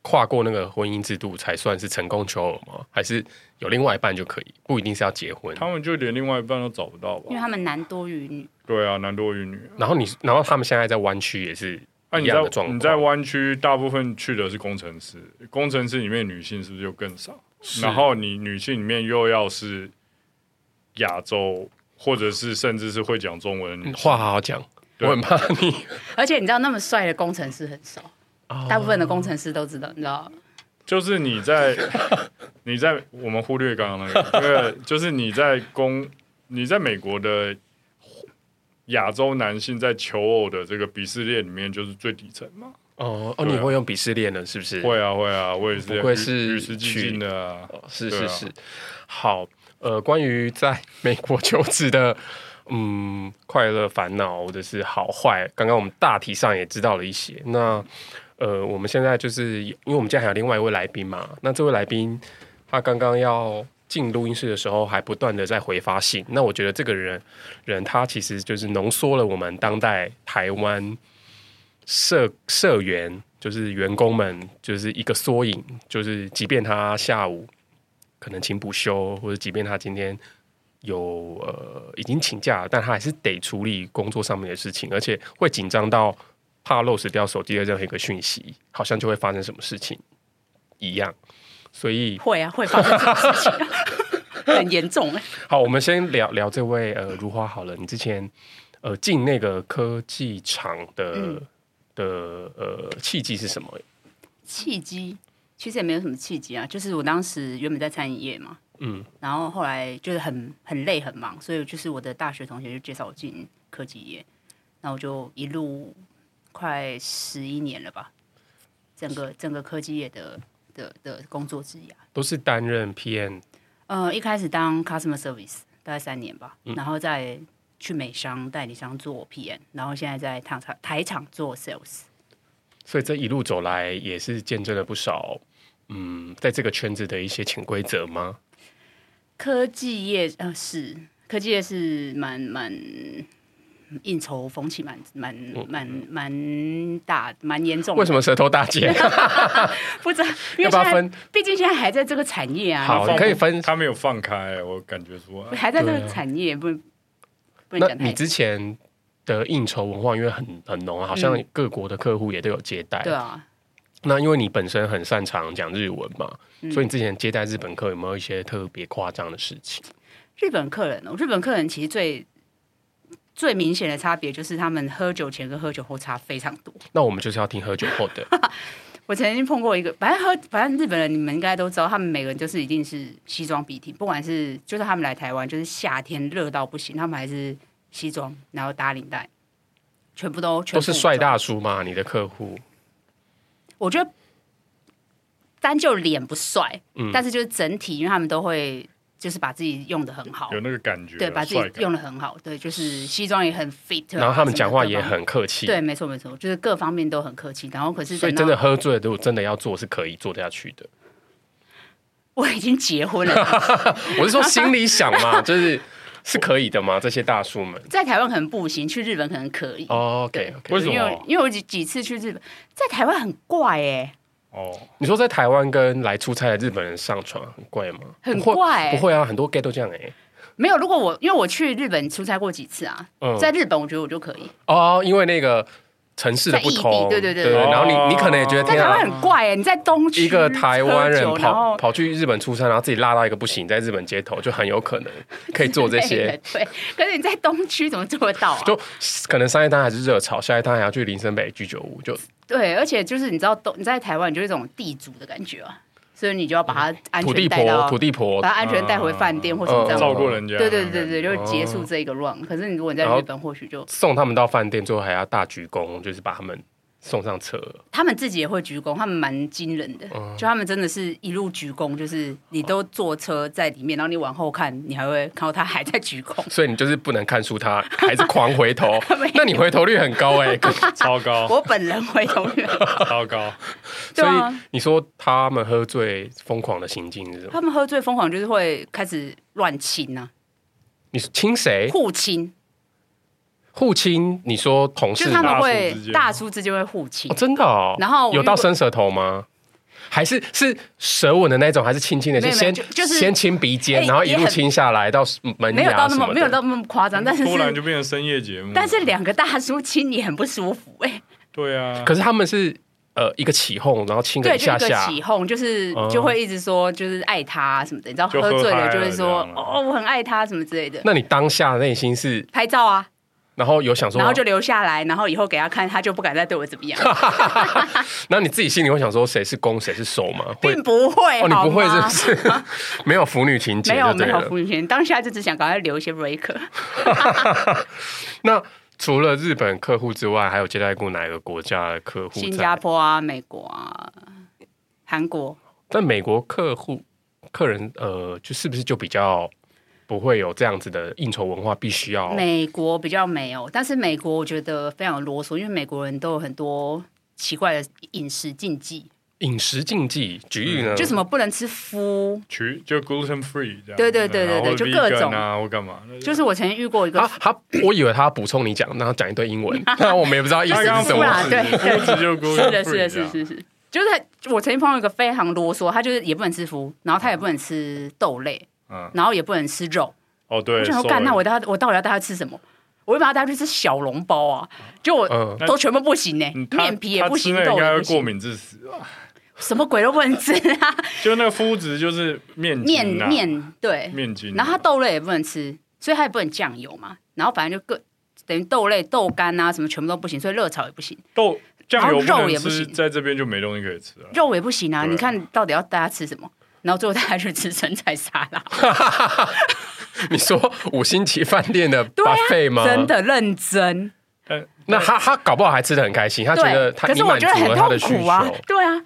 Speaker 3: 跨过那个婚姻制度才算是成功求偶吗？还是有另外一半就可以，不一定是要结婚？
Speaker 2: 他们就连另外一半都找不到
Speaker 1: 因为
Speaker 2: 吧？
Speaker 1: 他们男多于女，
Speaker 2: 对啊，男多于女啊。
Speaker 3: 然后你，然后他们现在在湾区也是
Speaker 2: 那、啊
Speaker 3: 一
Speaker 2: 你
Speaker 3: 样的
Speaker 2: 在
Speaker 3: 状况。
Speaker 2: 你在湾区，大部分去的是工程师，工程师里面女性是不是就更少？
Speaker 3: 是
Speaker 2: 然后你女性里面又要是亚洲，或者是甚至是会讲中文的女性，
Speaker 3: 嗯话好好讲，我
Speaker 2: 对
Speaker 3: 很怕你。
Speaker 1: 而且你知道那么帅的工程师很少，
Speaker 2: 哦
Speaker 1: 大部分的工程师都知道，你知道？
Speaker 2: 就是你在 你在我们忽略刚刚那个，那个就是你在工你在美国的亚洲男性在求偶的这个鄙视链里面就是最底层嘛。
Speaker 3: 哦哦，
Speaker 2: 对啊
Speaker 3: 你会用鄙视链了是不是？
Speaker 2: 会啊会啊，我也是
Speaker 3: 不愧
Speaker 2: 与
Speaker 3: 是
Speaker 2: 与时俱
Speaker 3: 娶
Speaker 2: 进的、啊。
Speaker 3: 哦是
Speaker 2: 对
Speaker 3: 是
Speaker 2: 啊
Speaker 3: 是，好，呃，关于在美国求职的，嗯，快乐、烦恼或者是好坏，刚刚我们大体上也知道了一些。那呃，我们现在就是因为我们今天还有另外一位来宾嘛，那这位来宾他刚刚要进录音室的时候，还不断的在回发信。那我觉得这个人人他其实就是浓缩了我们当代台湾社社员，就是员工们就是一个缩影。就是即便他下午可能请补休，或者即便他今天有呃已经请假了，但他还是得处理工作上面的事情，而且会紧张到怕漏失掉手机的任何一个讯息，好像就会发生什么事情一样。所以，
Speaker 1: 会啊，会发生这种事 情，很严重哎、
Speaker 3: 好，我们先聊聊这位呃如花好了。你之前呃进那个科技厂的、
Speaker 1: 嗯
Speaker 3: 的呃契机是什么？
Speaker 1: 契机其实也没有什么契机啊，就是我当时原本在餐饮业嘛，
Speaker 3: 嗯，
Speaker 1: 然后后来就是很很累很忙，所以就是我的大学同学就介绍我进科技业，那我就一路快十一年了吧，整个整个科技业的的的工作之涯。
Speaker 3: 都是担任 PM
Speaker 1: 呃，一开始当 customer service 大概三年吧，然后再去美商、代理商做 PM，然后现在在台厂台厂做 sales。
Speaker 3: 所以这一路走来也是见证了不少，嗯，在这个圈子的一些潜规则吗？
Speaker 1: 科技业呃是科技业是蛮蛮应酬风气蛮蛮蛮蛮大蛮严重的。
Speaker 3: 嗯为什么舌头大姐？
Speaker 1: 哦不 知道？因
Speaker 3: 要
Speaker 1: 为
Speaker 3: 不
Speaker 1: 现
Speaker 3: 要
Speaker 1: 在
Speaker 3: 分？
Speaker 1: 毕竟现在还在这个产业啊，
Speaker 3: 好
Speaker 1: 你
Speaker 3: 可以分
Speaker 2: 他没有放开，我感觉出来。
Speaker 1: 还在这
Speaker 3: 对啊
Speaker 1: 个产业，不能不能
Speaker 3: 那
Speaker 1: 讲
Speaker 3: 你
Speaker 1: 太
Speaker 3: 之前的应酬文化因为很很浓啊，好像各国的客户也都有接待。
Speaker 1: 嗯对啊。
Speaker 3: 那因为你本身很擅长讲日文嘛，
Speaker 1: 嗯
Speaker 3: 所以你之前接待日本客有没有一些特别夸张的事情？
Speaker 1: 日本客人哦，日本客人其实最最明显的差别就是他们喝酒前跟喝酒后差非常多。
Speaker 3: 那我们就是要听喝酒后 的，
Speaker 1: 我曾经碰过一个，反正喝，反正日本人你们应该都知道，他们每个人就是一定是西装笔挺，不管是就是他们来台湾，就是夏天热到不行，他们还是西装，然后打领带，全部都全部
Speaker 3: 都是帅大叔嘛，你的啊客户。
Speaker 1: 我觉得单就脸不帅，
Speaker 3: 嗯
Speaker 1: 但是就是整体，因为他们都会就是把自己用的很好
Speaker 2: 有，那个感觉啊，
Speaker 1: 对，把自己
Speaker 2: 帅感
Speaker 1: 用的很好，对，就是西装也很 fit，啊、
Speaker 3: 然后他们
Speaker 1: 什么
Speaker 3: 讲话
Speaker 1: 各
Speaker 3: 也
Speaker 1: 方
Speaker 3: 很客气，
Speaker 1: 对，没错没错，就是各方面都很客气，然后可是
Speaker 3: 所以
Speaker 1: 等
Speaker 3: 真的
Speaker 1: 到
Speaker 3: 喝醉了，如果真的要做，是可以做得下去的。
Speaker 1: 我已经结婚了，
Speaker 3: 我是说心里想 嘛，就是是可以的嘛，这些大叔们。
Speaker 1: 在台湾可能不行，去日本可能可以。
Speaker 3: 哦 OK，,
Speaker 2: 为什么
Speaker 1: 因为因为我几几次去日本，在台湾很怪哎、
Speaker 2: 哦，
Speaker 3: 你说在台湾跟来出差的日本人上床很怪吗？
Speaker 1: 很
Speaker 3: 不会
Speaker 1: 怪欸
Speaker 3: 不会啊，很多 gay 都这样哎、
Speaker 1: 没有。如果我因为我去日本出差过几次啊，
Speaker 3: 嗯
Speaker 1: 在日本我觉得我就可以，
Speaker 3: 哦，因为那个城市的不
Speaker 1: 在异
Speaker 3: 同，
Speaker 1: 地对对
Speaker 3: 对
Speaker 1: 对
Speaker 2: 对
Speaker 3: 然后你你可能也觉得
Speaker 1: 在
Speaker 3: 天
Speaker 1: 台
Speaker 3: 啊
Speaker 1: 湾，很怪哎、你在东区
Speaker 3: 一个台湾人
Speaker 1: 喝酒然
Speaker 3: 跑
Speaker 1: 后
Speaker 3: 跑去日本出差，然后自己辣到一个不行，在日本街头就很有可能可以 做这些。
Speaker 1: 对，可是你在东区怎么做得到啊？
Speaker 3: 就可能上一单还是热炒，下一单还要去林森北居酒屋，就
Speaker 1: 对，而且就是你知道东你在台湾，你就有一种地主的感觉啊，所以你就要把它安
Speaker 3: 土
Speaker 1: 全
Speaker 3: 地
Speaker 1: 带到啊
Speaker 3: 婆，土地婆
Speaker 1: 把它安全带回饭店或什么这
Speaker 3: 嗯
Speaker 1: 样。
Speaker 2: 照顾人家，
Speaker 1: 对对对对，就
Speaker 2: 那种感觉
Speaker 1: 是结束这一个 round。可是你如果你在
Speaker 3: 哦然后
Speaker 1: 日本，或许就
Speaker 3: 送他们到饭店，最后还要大鞠躬，就是把他们送上车。。
Speaker 1: 他们自己也会鞠躬，他们蛮惊人的，就他们真的是一路鞠躬，就是你都坐车在里面，然后你往后看，你还会看到他还在鞠躬
Speaker 3: 所以你就是不能看出他，还是狂回 头。那你回头率很高哎、
Speaker 2: 超高
Speaker 1: 我本人回头率，
Speaker 2: 超高，
Speaker 1: 对
Speaker 3: 所
Speaker 1: 啊
Speaker 3: 以你说他们喝醉疯狂的行径是什么？
Speaker 1: 他们喝醉疯狂就是会开始乱亲呐、
Speaker 3: 你是亲谁
Speaker 1: 啊，？互亲，
Speaker 3: 互亲？你说同
Speaker 1: 就
Speaker 3: 事
Speaker 1: 是他
Speaker 3: 吗？
Speaker 1: 们会
Speaker 2: 大叔之间
Speaker 1: 大叔之间会互亲
Speaker 3: 哦，，真的哦。
Speaker 1: 然后我遇
Speaker 3: 有到
Speaker 1: 过
Speaker 3: 伸舌头吗？还是是舌吻的那种，还是轻轻的
Speaker 1: 没有
Speaker 3: 先先
Speaker 1: 没有就就是
Speaker 3: 先亲鼻尖，
Speaker 1: 哎
Speaker 3: 然后一
Speaker 1: 也
Speaker 3: 路
Speaker 1: 很
Speaker 3: 亲下来到门
Speaker 1: 没有
Speaker 3: 牙
Speaker 1: 到
Speaker 3: 什
Speaker 1: 那
Speaker 3: 么
Speaker 1: 么
Speaker 3: 的
Speaker 1: 没有到那么夸 张，但是
Speaker 2: 突然
Speaker 1: 是
Speaker 2: 就变成深夜节目，
Speaker 1: 但是两个大叔亲你很不舒服哎、
Speaker 2: 对啊，
Speaker 3: 可是他们是呃一个起哄，然后亲个
Speaker 1: 对，
Speaker 3: 一
Speaker 1: 就
Speaker 3: 下
Speaker 1: 是个
Speaker 3: 下，
Speaker 1: 起哄，就是
Speaker 3: 嗯
Speaker 1: 就会一直说就是爱他啊什么的，你知道
Speaker 2: 就
Speaker 1: 喝
Speaker 2: 喝
Speaker 1: 醉
Speaker 2: 嗨
Speaker 1: 了
Speaker 2: 了
Speaker 1: 就会说
Speaker 2: 这样啊
Speaker 1: 哦我很爱他什么之类的，
Speaker 3: 那你当下内心是，
Speaker 1: 拍照啊，
Speaker 3: 然后有想说，
Speaker 1: 然后就留下来，然后以后给他看，他就不敢再对我怎么 样，
Speaker 3: 然后你自己心里会想说，谁是攻，谁是守吗？会
Speaker 1: 并不会，
Speaker 3: 哦，你不会
Speaker 1: 好吗
Speaker 3: 是不是？ 没有腐女情节
Speaker 1: 没有
Speaker 3: 就对
Speaker 1: 没有
Speaker 3: 了。
Speaker 1: 服务权，当下就只想赶快留一些 break。
Speaker 3: 那除了日本客户之外，还有接待过哪个国家的客户在？
Speaker 1: 新加坡啊，美国啊，韩国，
Speaker 3: 但美国客户客人呃，就是不是就比较不会有这样子的应酬文化，必须要
Speaker 1: 美国比较没有，但是美国我觉得非常啰嗦，因为美国人都有很多奇怪的饮食禁忌，
Speaker 3: 饮食禁忌。举例呢，
Speaker 1: 就什么不能吃麸。
Speaker 2: 取就 gluten free 这样，
Speaker 1: 对对对对对
Speaker 2: 然后
Speaker 1: 就
Speaker 2: vegan
Speaker 1: 各种
Speaker 2: 啊或干嘛的，
Speaker 1: 就是我曾经遇过一个
Speaker 3: 啊，他我以为他要补充你讲，然后讲一堆 英文，那我们也不知道意思
Speaker 2: 他刚刚
Speaker 3: 是什
Speaker 1: 不
Speaker 3: 么
Speaker 1: 啦。对对
Speaker 2: 不止就
Speaker 1: 是
Speaker 2: gluten free，
Speaker 1: 的，是的，
Speaker 2: 这
Speaker 1: 是
Speaker 2: 样
Speaker 1: 是是，就是他我曾经碰到一个非常啰嗦，他就是也不能吃麸，然后他也不能吃豆类，
Speaker 2: 嗯，
Speaker 1: 然后也不能吃肉。
Speaker 2: 哦对，
Speaker 3: 哎
Speaker 1: 我想说，
Speaker 2: 瘦
Speaker 1: 干，那
Speaker 2: 了
Speaker 1: 我带他，我到底要带他吃什么？我会把他带去吃小笼包啊，就我
Speaker 3: 嗯
Speaker 1: 都全部不行呢、欸
Speaker 2: 嗯他
Speaker 1: 面皮也不行，
Speaker 2: 他吃那
Speaker 1: 豆
Speaker 2: 个应该
Speaker 1: 也
Speaker 2: 会
Speaker 1: 不
Speaker 2: 过
Speaker 1: 行，
Speaker 2: 敏致死吧？
Speaker 1: 什么鬼都不能吃 啊，
Speaker 2: 就那个肤质就是面
Speaker 1: 面
Speaker 3: 嗯
Speaker 2: 筋啊
Speaker 1: 面对，
Speaker 2: 面筋啊，
Speaker 1: 然后他豆类也不能吃，所以他也不能酱油嘛，然后反正就各等于豆类、豆干啊什么全部都不行，所以热炒也不行，
Speaker 2: 豆酱油
Speaker 1: 然后肉
Speaker 2: 能
Speaker 1: 也不
Speaker 2: 吃，
Speaker 1: 行
Speaker 2: 在这边就没东西可以吃了。
Speaker 1: 肉也不行啊，
Speaker 2: 对啊
Speaker 1: 你看到底要带他吃什么？然后最后带他去吃生菜沙 拉，
Speaker 3: 你说五星级饭店的 buffet 吗？
Speaker 1: 啊真的认真，
Speaker 2: 但
Speaker 3: 那他他搞不好还吃的很开心，他觉
Speaker 1: 对
Speaker 3: 得，他
Speaker 1: 可
Speaker 3: 你
Speaker 1: 是我
Speaker 3: 满足
Speaker 1: 觉得很
Speaker 3: 了他的需
Speaker 1: 痛啊
Speaker 3: 求
Speaker 1: 苦啊，对啊，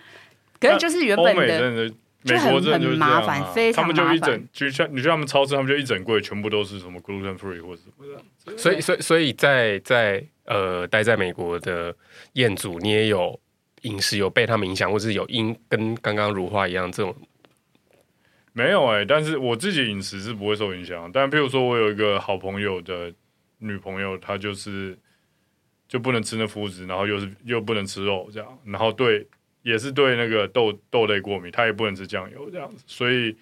Speaker 1: 可是就是原
Speaker 2: 欧
Speaker 1: 本
Speaker 2: 美
Speaker 1: 的
Speaker 2: 真的美国
Speaker 1: 就很
Speaker 2: 真的就是这样
Speaker 1: 很
Speaker 2: 啊
Speaker 1: 麻烦非常
Speaker 2: 他们就一
Speaker 1: 麻
Speaker 2: 整，就像你去他们超市，他们就一整柜全部都是什么 gluten free 或者什么的。
Speaker 3: 所以，所以，所以在在呃，待在美国的彦祖，你也有饮食有被他们影响，或是有因跟刚刚如花一样这种
Speaker 2: 没有哎、但是我自己饮食是不会受影响。但譬如说我有一个好朋友的女朋友，她就是就不能吃那麸质，然后又是又不能吃肉这样，然后对也是对那个豆豆类过敏，她也不能吃酱油这样子。所以，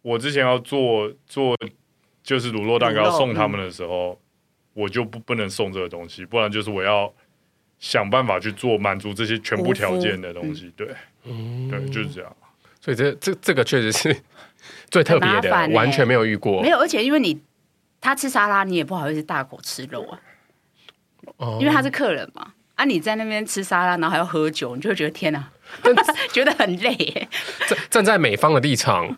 Speaker 2: 我之前要做做就是乳酪蛋
Speaker 1: 乳
Speaker 2: 糕
Speaker 1: 酪
Speaker 2: 送他们的时候，我就不不能送这个东西，不然就是我要想办法去做满足这些全部条件的东西。对，对，就是这样。
Speaker 3: 所以这这这个确实是 最特别
Speaker 1: 很
Speaker 3: 的，
Speaker 1: 麻烦欸
Speaker 3: 完全没有遇过
Speaker 1: 没。有，而且因为你他吃沙拉，你也不好意思大口吃肉啊，
Speaker 3: 哦
Speaker 1: 因为他是客人嘛。啊，你在那边吃沙拉，然后还要喝酒，你就会觉得天哪， 觉得很累耶。
Speaker 3: 站站在美方的立场，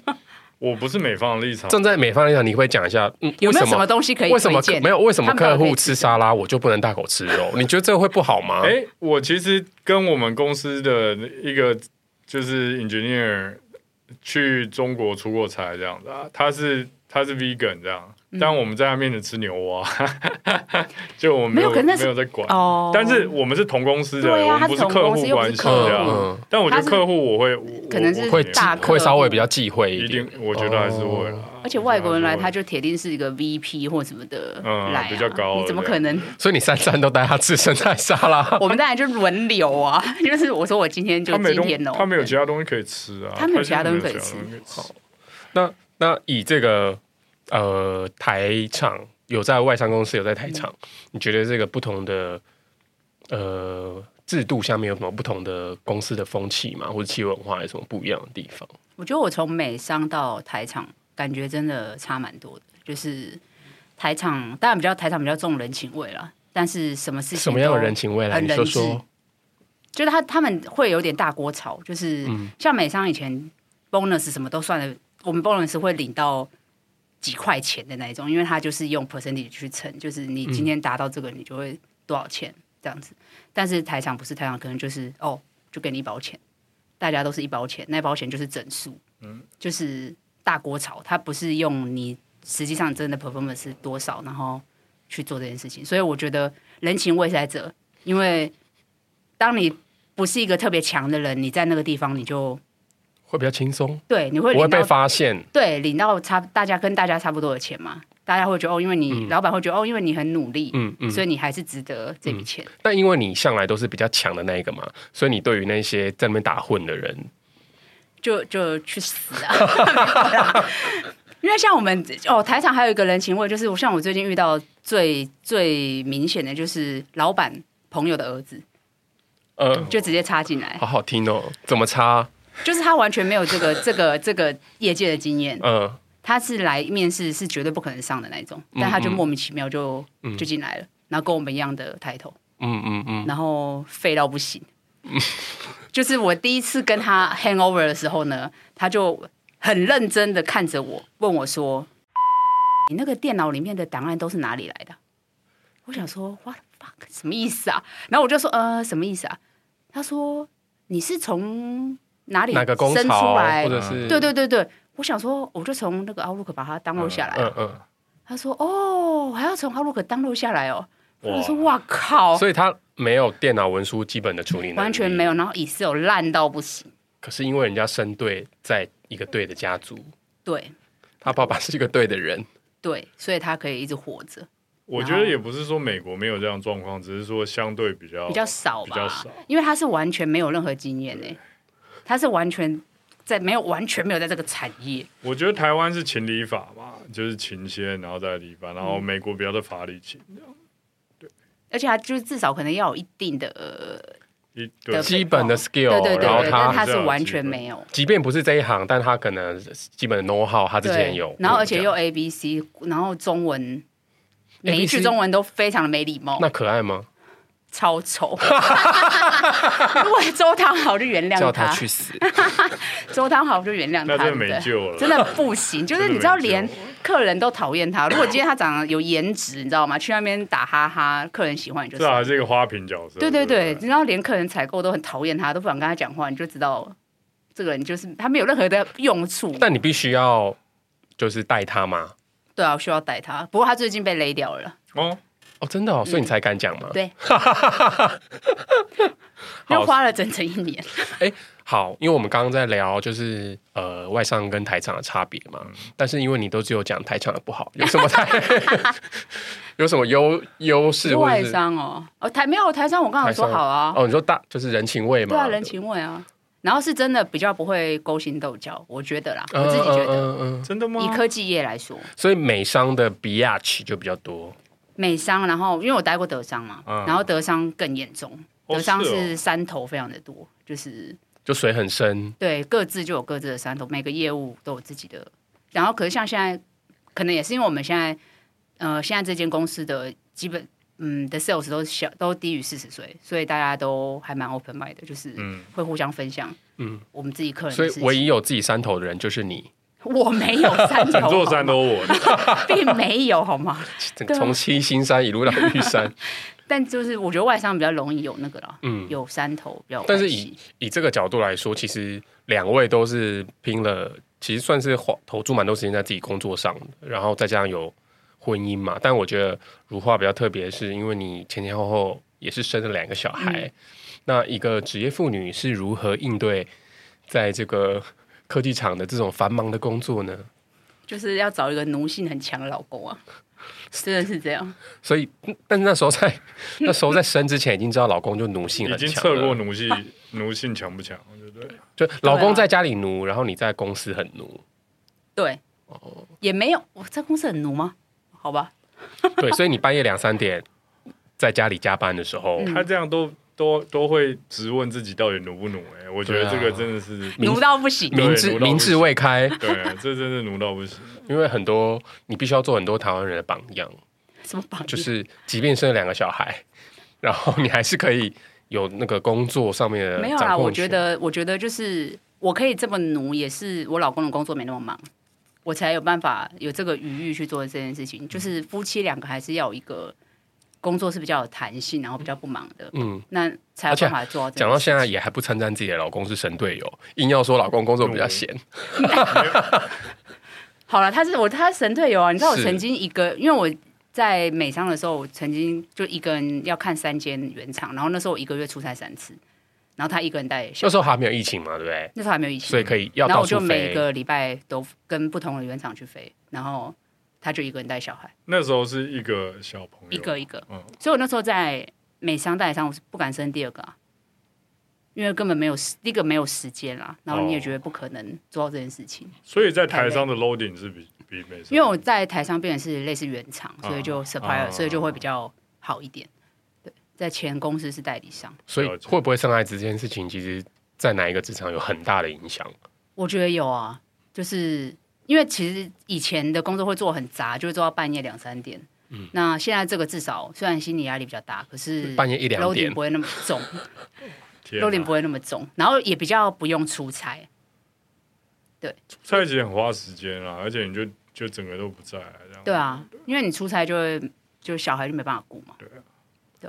Speaker 2: 我不是美方的立场，
Speaker 3: 站在美方的立场，你会讲一下，嗯，
Speaker 1: 有
Speaker 3: 为
Speaker 1: 没有
Speaker 3: 什
Speaker 1: 什么
Speaker 3: 么
Speaker 1: 东西可以
Speaker 3: 为什么
Speaker 1: 推荐？
Speaker 3: 没有为什么
Speaker 1: 他们到
Speaker 3: 客
Speaker 1: 底可以
Speaker 3: 户吃沙拉我就不能大口吃肉？你觉得这会不好吗？
Speaker 2: 哎、我其实跟我们公司的一个就是 engineer 去中国出过差这样子啊，他是他是 vegan 这样，
Speaker 1: 嗯
Speaker 2: 但我们在他面前吃牛蛙， 就我们没有
Speaker 1: 没有可是那是
Speaker 2: 没有在管。
Speaker 1: 哦？
Speaker 2: 但是我们是同公司的，
Speaker 1: 对啊
Speaker 2: 我们不
Speaker 1: 他是同
Speaker 2: 客
Speaker 1: 公司
Speaker 2: 户
Speaker 1: 又不
Speaker 2: 关
Speaker 1: 是
Speaker 2: 系
Speaker 1: 客户
Speaker 2: 这
Speaker 3: 嗯
Speaker 2: 样。
Speaker 3: 嗯，
Speaker 2: 但我觉得
Speaker 1: 他是
Speaker 2: 客户我会，我
Speaker 1: 可能是
Speaker 2: 我
Speaker 3: 会
Speaker 1: 大客户哦
Speaker 3: 会稍微比较忌讳
Speaker 2: 一
Speaker 3: 一
Speaker 2: 定
Speaker 3: 点，，
Speaker 2: 我觉得还是会啦。
Speaker 1: 而且外国人来，他
Speaker 2: 就
Speaker 1: 就铁定是一个 VP 或什么的
Speaker 2: 嗯
Speaker 1: 来、啊
Speaker 2: 比较高
Speaker 1: 你怎么
Speaker 2: 对
Speaker 1: 可能？
Speaker 3: 所以你三餐都带他吃生菜沙拉。
Speaker 1: 我们当然就轮流啊， 就是我说我今天就
Speaker 2: 他没
Speaker 1: 今
Speaker 2: 东
Speaker 1: 天哦，
Speaker 2: 他没有其他东西可以吃啊，
Speaker 1: 他没有其他
Speaker 2: 就没
Speaker 1: 东西可以
Speaker 2: 其他
Speaker 1: 吃
Speaker 2: 东西可以吃。
Speaker 3: 那那以这个呃台厂有在外商公司有在台厂，你觉得这个不同的呃制度下面有什么不同的公司的风气吗？或者企业文化有什么不一样的地方？
Speaker 1: 我觉得我从美商到台场，感觉真的差蛮多的。就是台场当然比较台场比较重人情味啦，但是什么事情
Speaker 3: 什么样的
Speaker 1: 都
Speaker 3: 人情味来？啊
Speaker 1: 很
Speaker 3: 你说
Speaker 1: 人质
Speaker 3: 说，
Speaker 1: 就是他他们会有点大锅炒，就是、像美商以前 bonus 什么都算的，我们 bonus 会领到几块钱的那一种，因为他就是用 percentage 去乘，就是你今天达到这个，你就会多少钱这样子。但是台场不是台场，可能就是哦，就给你一包钱，大家都是一包钱，那包钱就是整数，就是大锅炒，它不是用你实际上真的 performance 是多少，然后去做这件事情。所以我觉得人情味是在这，因为当你不是一个特别强的人，你在那个地方你就
Speaker 3: 会比较轻松，
Speaker 1: 对你会
Speaker 3: 不
Speaker 1: 领
Speaker 3: 会
Speaker 1: 到
Speaker 3: 被发现。
Speaker 1: 对领到差大家跟大家差不多的钱嘛，大家会觉得哦，因为你、老板会觉得哦，因为你很努力，
Speaker 3: 嗯嗯，
Speaker 1: 所以你还是值得这笔钱。
Speaker 3: 但因为你向来都是比较强的那一个嘛，所以你对于那些在那边打混的人，
Speaker 1: 就就去死啊！没有啦 因为像我们哦，台场还有一个人情味，就是我像我最近遇到最最明显的就是老板朋友的儿子，
Speaker 3: 呃，
Speaker 1: 就直接插进来，
Speaker 3: 好好听哦，怎么差？
Speaker 1: 就是他完全没有这个这个这个业界的经验，
Speaker 3: 嗯、呃，
Speaker 1: 他是来面试是绝对不可能上的那一种，
Speaker 3: 嗯
Speaker 1: 但他就莫名其妙就就进来了，然后跟我们一样的抬头，
Speaker 3: 嗯嗯嗯，
Speaker 1: 然后废到不行。 就是我第一次跟他 hang over 的时候呢，他就很认真的看着我，问我说：“你那个电脑里面的档案都是哪里来的？”我想说，what the fuck，什么意思啊？然后我就说，呃，什么意思啊？他说：“你是从哪里
Speaker 3: 哪个工
Speaker 1: 生
Speaker 3: 厂
Speaker 1: 出来
Speaker 3: 或？者是
Speaker 1: 对对对对。”我想说，我就从那个 Outlook 把它 download 下来。
Speaker 3: 嗯嗯，
Speaker 1: 他说：“哦，还要从 Outlook download 下来哦。”我
Speaker 2: 哇
Speaker 1: 就说：“哇靠！”
Speaker 3: 所以他没有电脑文书基本的处理能力，
Speaker 1: 完全没有，然后 Excel 烂到不行。
Speaker 3: 可是因为人家生对在一个对的家族，
Speaker 1: 对
Speaker 3: 他爸爸是一个对的 人，
Speaker 1: 对，所以他可以一直活着，
Speaker 2: 我觉得也不是说美国没有这样的状况，只是说相对比
Speaker 3: 哦
Speaker 2: 较
Speaker 1: 比较少
Speaker 2: 比
Speaker 1: 吧？
Speaker 2: 较少。
Speaker 1: 因为他是完全没有任何经验诶、他是完全在没有完全没有在这个产业。
Speaker 2: 我觉得台湾是情理法嘛，就是情先，然后再理法，然后
Speaker 1: 嗯
Speaker 2: 美国比较是法理情，
Speaker 1: 而且他就是至少可能要有一定的，呃
Speaker 2: 一对
Speaker 1: 的
Speaker 3: 基本的 skill，
Speaker 1: 对对对
Speaker 3: 然后
Speaker 1: 对，但
Speaker 3: 他
Speaker 1: 他是完全没有，
Speaker 3: 即便不是这一行，但他可能基本的 know how 他之前
Speaker 1: 对
Speaker 3: 有，，
Speaker 1: 然后而且又 A B C，然后中文每一句
Speaker 3: ABC
Speaker 1: 中文都非常的没礼貌，
Speaker 3: 那可爱吗？
Speaker 1: 超丑。 如果周汤好就原谅
Speaker 3: 叫他去死，
Speaker 1: 周汤豪就原谅他，
Speaker 2: 那真的
Speaker 1: 对不对
Speaker 2: 没救了
Speaker 1: 真的不行。就是你知道，连
Speaker 2: 真的
Speaker 1: 客人都讨厌他。如果今天他长得有颜值，你知道吗？去那边打哈哈，客人喜欢你就
Speaker 2: 至少还
Speaker 1: 是。
Speaker 2: 是一个花瓶角色。
Speaker 1: 对对
Speaker 2: 啊对
Speaker 1: 对，
Speaker 2: 不
Speaker 1: 你知道连客人采购都很讨厌他，都不想跟他讲话，你就知道这个人就是他没有任何的用处。
Speaker 3: 但你必须要就是带他吗？
Speaker 1: 对啊，我需要带他。不过他最近被勒掉了，
Speaker 2: 哦，
Speaker 3: 哦，真的哦，
Speaker 1: 嗯
Speaker 3: 所以你才敢讲吗？
Speaker 1: 对，又花了整整一 年。
Speaker 3: 好，因为我们刚刚在聊就是呃外商跟台厂的差别嘛，但是因为你都只有讲台厂的不好，有什么台有什么优优势或
Speaker 1: 外
Speaker 3: 者是
Speaker 1: 商哦，哦台没有台商，我刚好
Speaker 3: 台
Speaker 1: 说
Speaker 3: 商
Speaker 1: 好啊，
Speaker 3: 哦，你说大就是人情味嘛，
Speaker 1: 对啊，人情味啊。然后是真的比较不会勾心斗角，我觉得啦，
Speaker 3: 嗯，
Speaker 1: 我自己觉得。
Speaker 3: 嗯嗯嗯
Speaker 2: 真的吗
Speaker 1: 以？科技业来说，
Speaker 3: 所以美商的比亚奇就比较多，
Speaker 1: 美商，然后因为我待过德商嘛，
Speaker 2: 嗯
Speaker 1: 然后德商更严重，
Speaker 2: 哦
Speaker 1: 德商
Speaker 2: 是哦
Speaker 1: 是山头非常的多，就是
Speaker 3: 就水很深，
Speaker 1: 对各自就有各自的山头，每个业务都有自己的。然后可是像现在，可能也是因为我们现在，呃，现在这间公司的基本嗯的 sales 都小都低于四十岁，所以大家都还蛮 open mind 的，就是
Speaker 2: 嗯
Speaker 1: 会互相分享，
Speaker 3: 嗯
Speaker 1: 嗯，我们自己客人
Speaker 3: 所
Speaker 1: 的
Speaker 3: 以
Speaker 1: 事情。
Speaker 3: 唯一有自己山头的人就是你，
Speaker 1: 我没有 山头，
Speaker 2: 整座山
Speaker 1: 好
Speaker 2: 都我的，
Speaker 1: 吗并没有好吗？
Speaker 3: 整
Speaker 1: 对啊
Speaker 3: 从七星山一路到玉山，
Speaker 1: 但就是我觉得外商比较容易有那个啦，
Speaker 3: 嗯，
Speaker 1: 有山头比较有
Speaker 3: 但是
Speaker 1: 关系
Speaker 3: 以以这个角度来说，其实两位都是拼了，其实算是花投注蛮多时间在自己工作上的，然后再加上有婚姻嘛。但我觉得如画比较特别，是因为你前前后后也是生了两个小孩，那一个职业妇女是如何应对在这个科技厂的这种繁忙的工作呢？
Speaker 1: 就是要找一个奴性很强的老公啊，真的是这样。
Speaker 3: 所以，嗯但是那时候在那时候在生之前已经知道老公就奴性
Speaker 2: 已
Speaker 3: 很
Speaker 2: 经
Speaker 3: 强了，
Speaker 2: 测过奴性，奴性强不强？对不对？
Speaker 3: 就老
Speaker 1: 对
Speaker 3: 公
Speaker 1: 啊
Speaker 3: 在家里奴，然后你在公司很奴。
Speaker 1: 对，
Speaker 3: 哦
Speaker 1: 也没有我在公司很奴吗？好吧，
Speaker 3: 对，所以你半夜两三点在家里加班的时
Speaker 1: 嗯
Speaker 3: 候，
Speaker 2: 他这样都都都会质问自己到底奴不奴？哎，我觉
Speaker 3: 对啊
Speaker 2: 得这个真的是，
Speaker 1: 奴到不行。
Speaker 3: 明智
Speaker 2: 对奴到不行
Speaker 3: 明智未开，
Speaker 2: 对，啊这真是奴到不行。
Speaker 3: 因为很多你必须要做很多台湾人的榜样，
Speaker 1: 什么榜样？
Speaker 3: 就是即便生了两个小孩，然后你还是可以有那个工作上面的
Speaker 1: 没有
Speaker 3: 呃掌
Speaker 1: 啦，
Speaker 3: 控
Speaker 1: 我觉
Speaker 3: 权
Speaker 1: 得，我觉得就是我可以这么奴，也是我老公的工作没那么忙，我才有办法有这个余裕去做这件事
Speaker 3: 嗯
Speaker 1: 情。就是夫妻两个还是要有一个工作是比较有弹性，然后比较不忙的，
Speaker 3: 嗯。
Speaker 1: 那才有
Speaker 3: 而且
Speaker 1: 办法做到这
Speaker 3: 讲
Speaker 1: 样。
Speaker 3: 到现在也还不称赞自己的老公是神队友，硬要说老公工作
Speaker 2: 嗯
Speaker 3: 比较闲，
Speaker 1: 好了，他是我他是神队友啊！你知道我
Speaker 3: 是
Speaker 1: 曾经一个，因为我在美商的时候，我曾经就一个人要看三间原厂，然后那时候我一个月出差三次，然后他一个人带小
Speaker 3: 那，时候还没有疫情嘛，对不对？
Speaker 1: 那时候还没有疫情，
Speaker 3: 哦所以可以要
Speaker 1: 然后
Speaker 3: 到
Speaker 1: 我就
Speaker 3: 处
Speaker 1: 每
Speaker 3: 飞。
Speaker 1: 个礼拜都跟不同的原厂去飞，然后他就一个人带小孩，
Speaker 2: 那时候是一个小朋友，
Speaker 3: 哎
Speaker 1: 一个一个。
Speaker 2: 嗯
Speaker 1: 所以我那时候在美商代理商，我是不敢生第二个啊，因为根本没有时第一个没有时间啦，然后你也
Speaker 2: 哦
Speaker 1: 觉得不可能做到这件事情。
Speaker 2: 所以在台上的 loading 是比比美商，
Speaker 1: 因为我在台上变成是类似原厂，所以就
Speaker 2: 啊
Speaker 1: supplier，、
Speaker 2: 啊
Speaker 1: 所以就会比较好一点。对，在前公司是代理商，
Speaker 3: 所以
Speaker 2: 了解
Speaker 3: 会不会生孩子这件事情，其实在哪一个职场有很大的影响？
Speaker 1: 我觉得有啊，就是因为其实以前的工作会做很杂，就会做到半夜两三点。嗯，那现在这个至少虽然心理压力比较大，可是
Speaker 3: 半夜一两
Speaker 1: loading
Speaker 3: 点
Speaker 1: 不会那么重
Speaker 2: 天啊
Speaker 1: ，loading 不会那么重，然后也比较不用出差。
Speaker 2: 蔡姐很花时间啊，而且你就就整个都不在、啊，这样
Speaker 1: 对，啊，因为你出差就会就小孩就没办法顾嘛。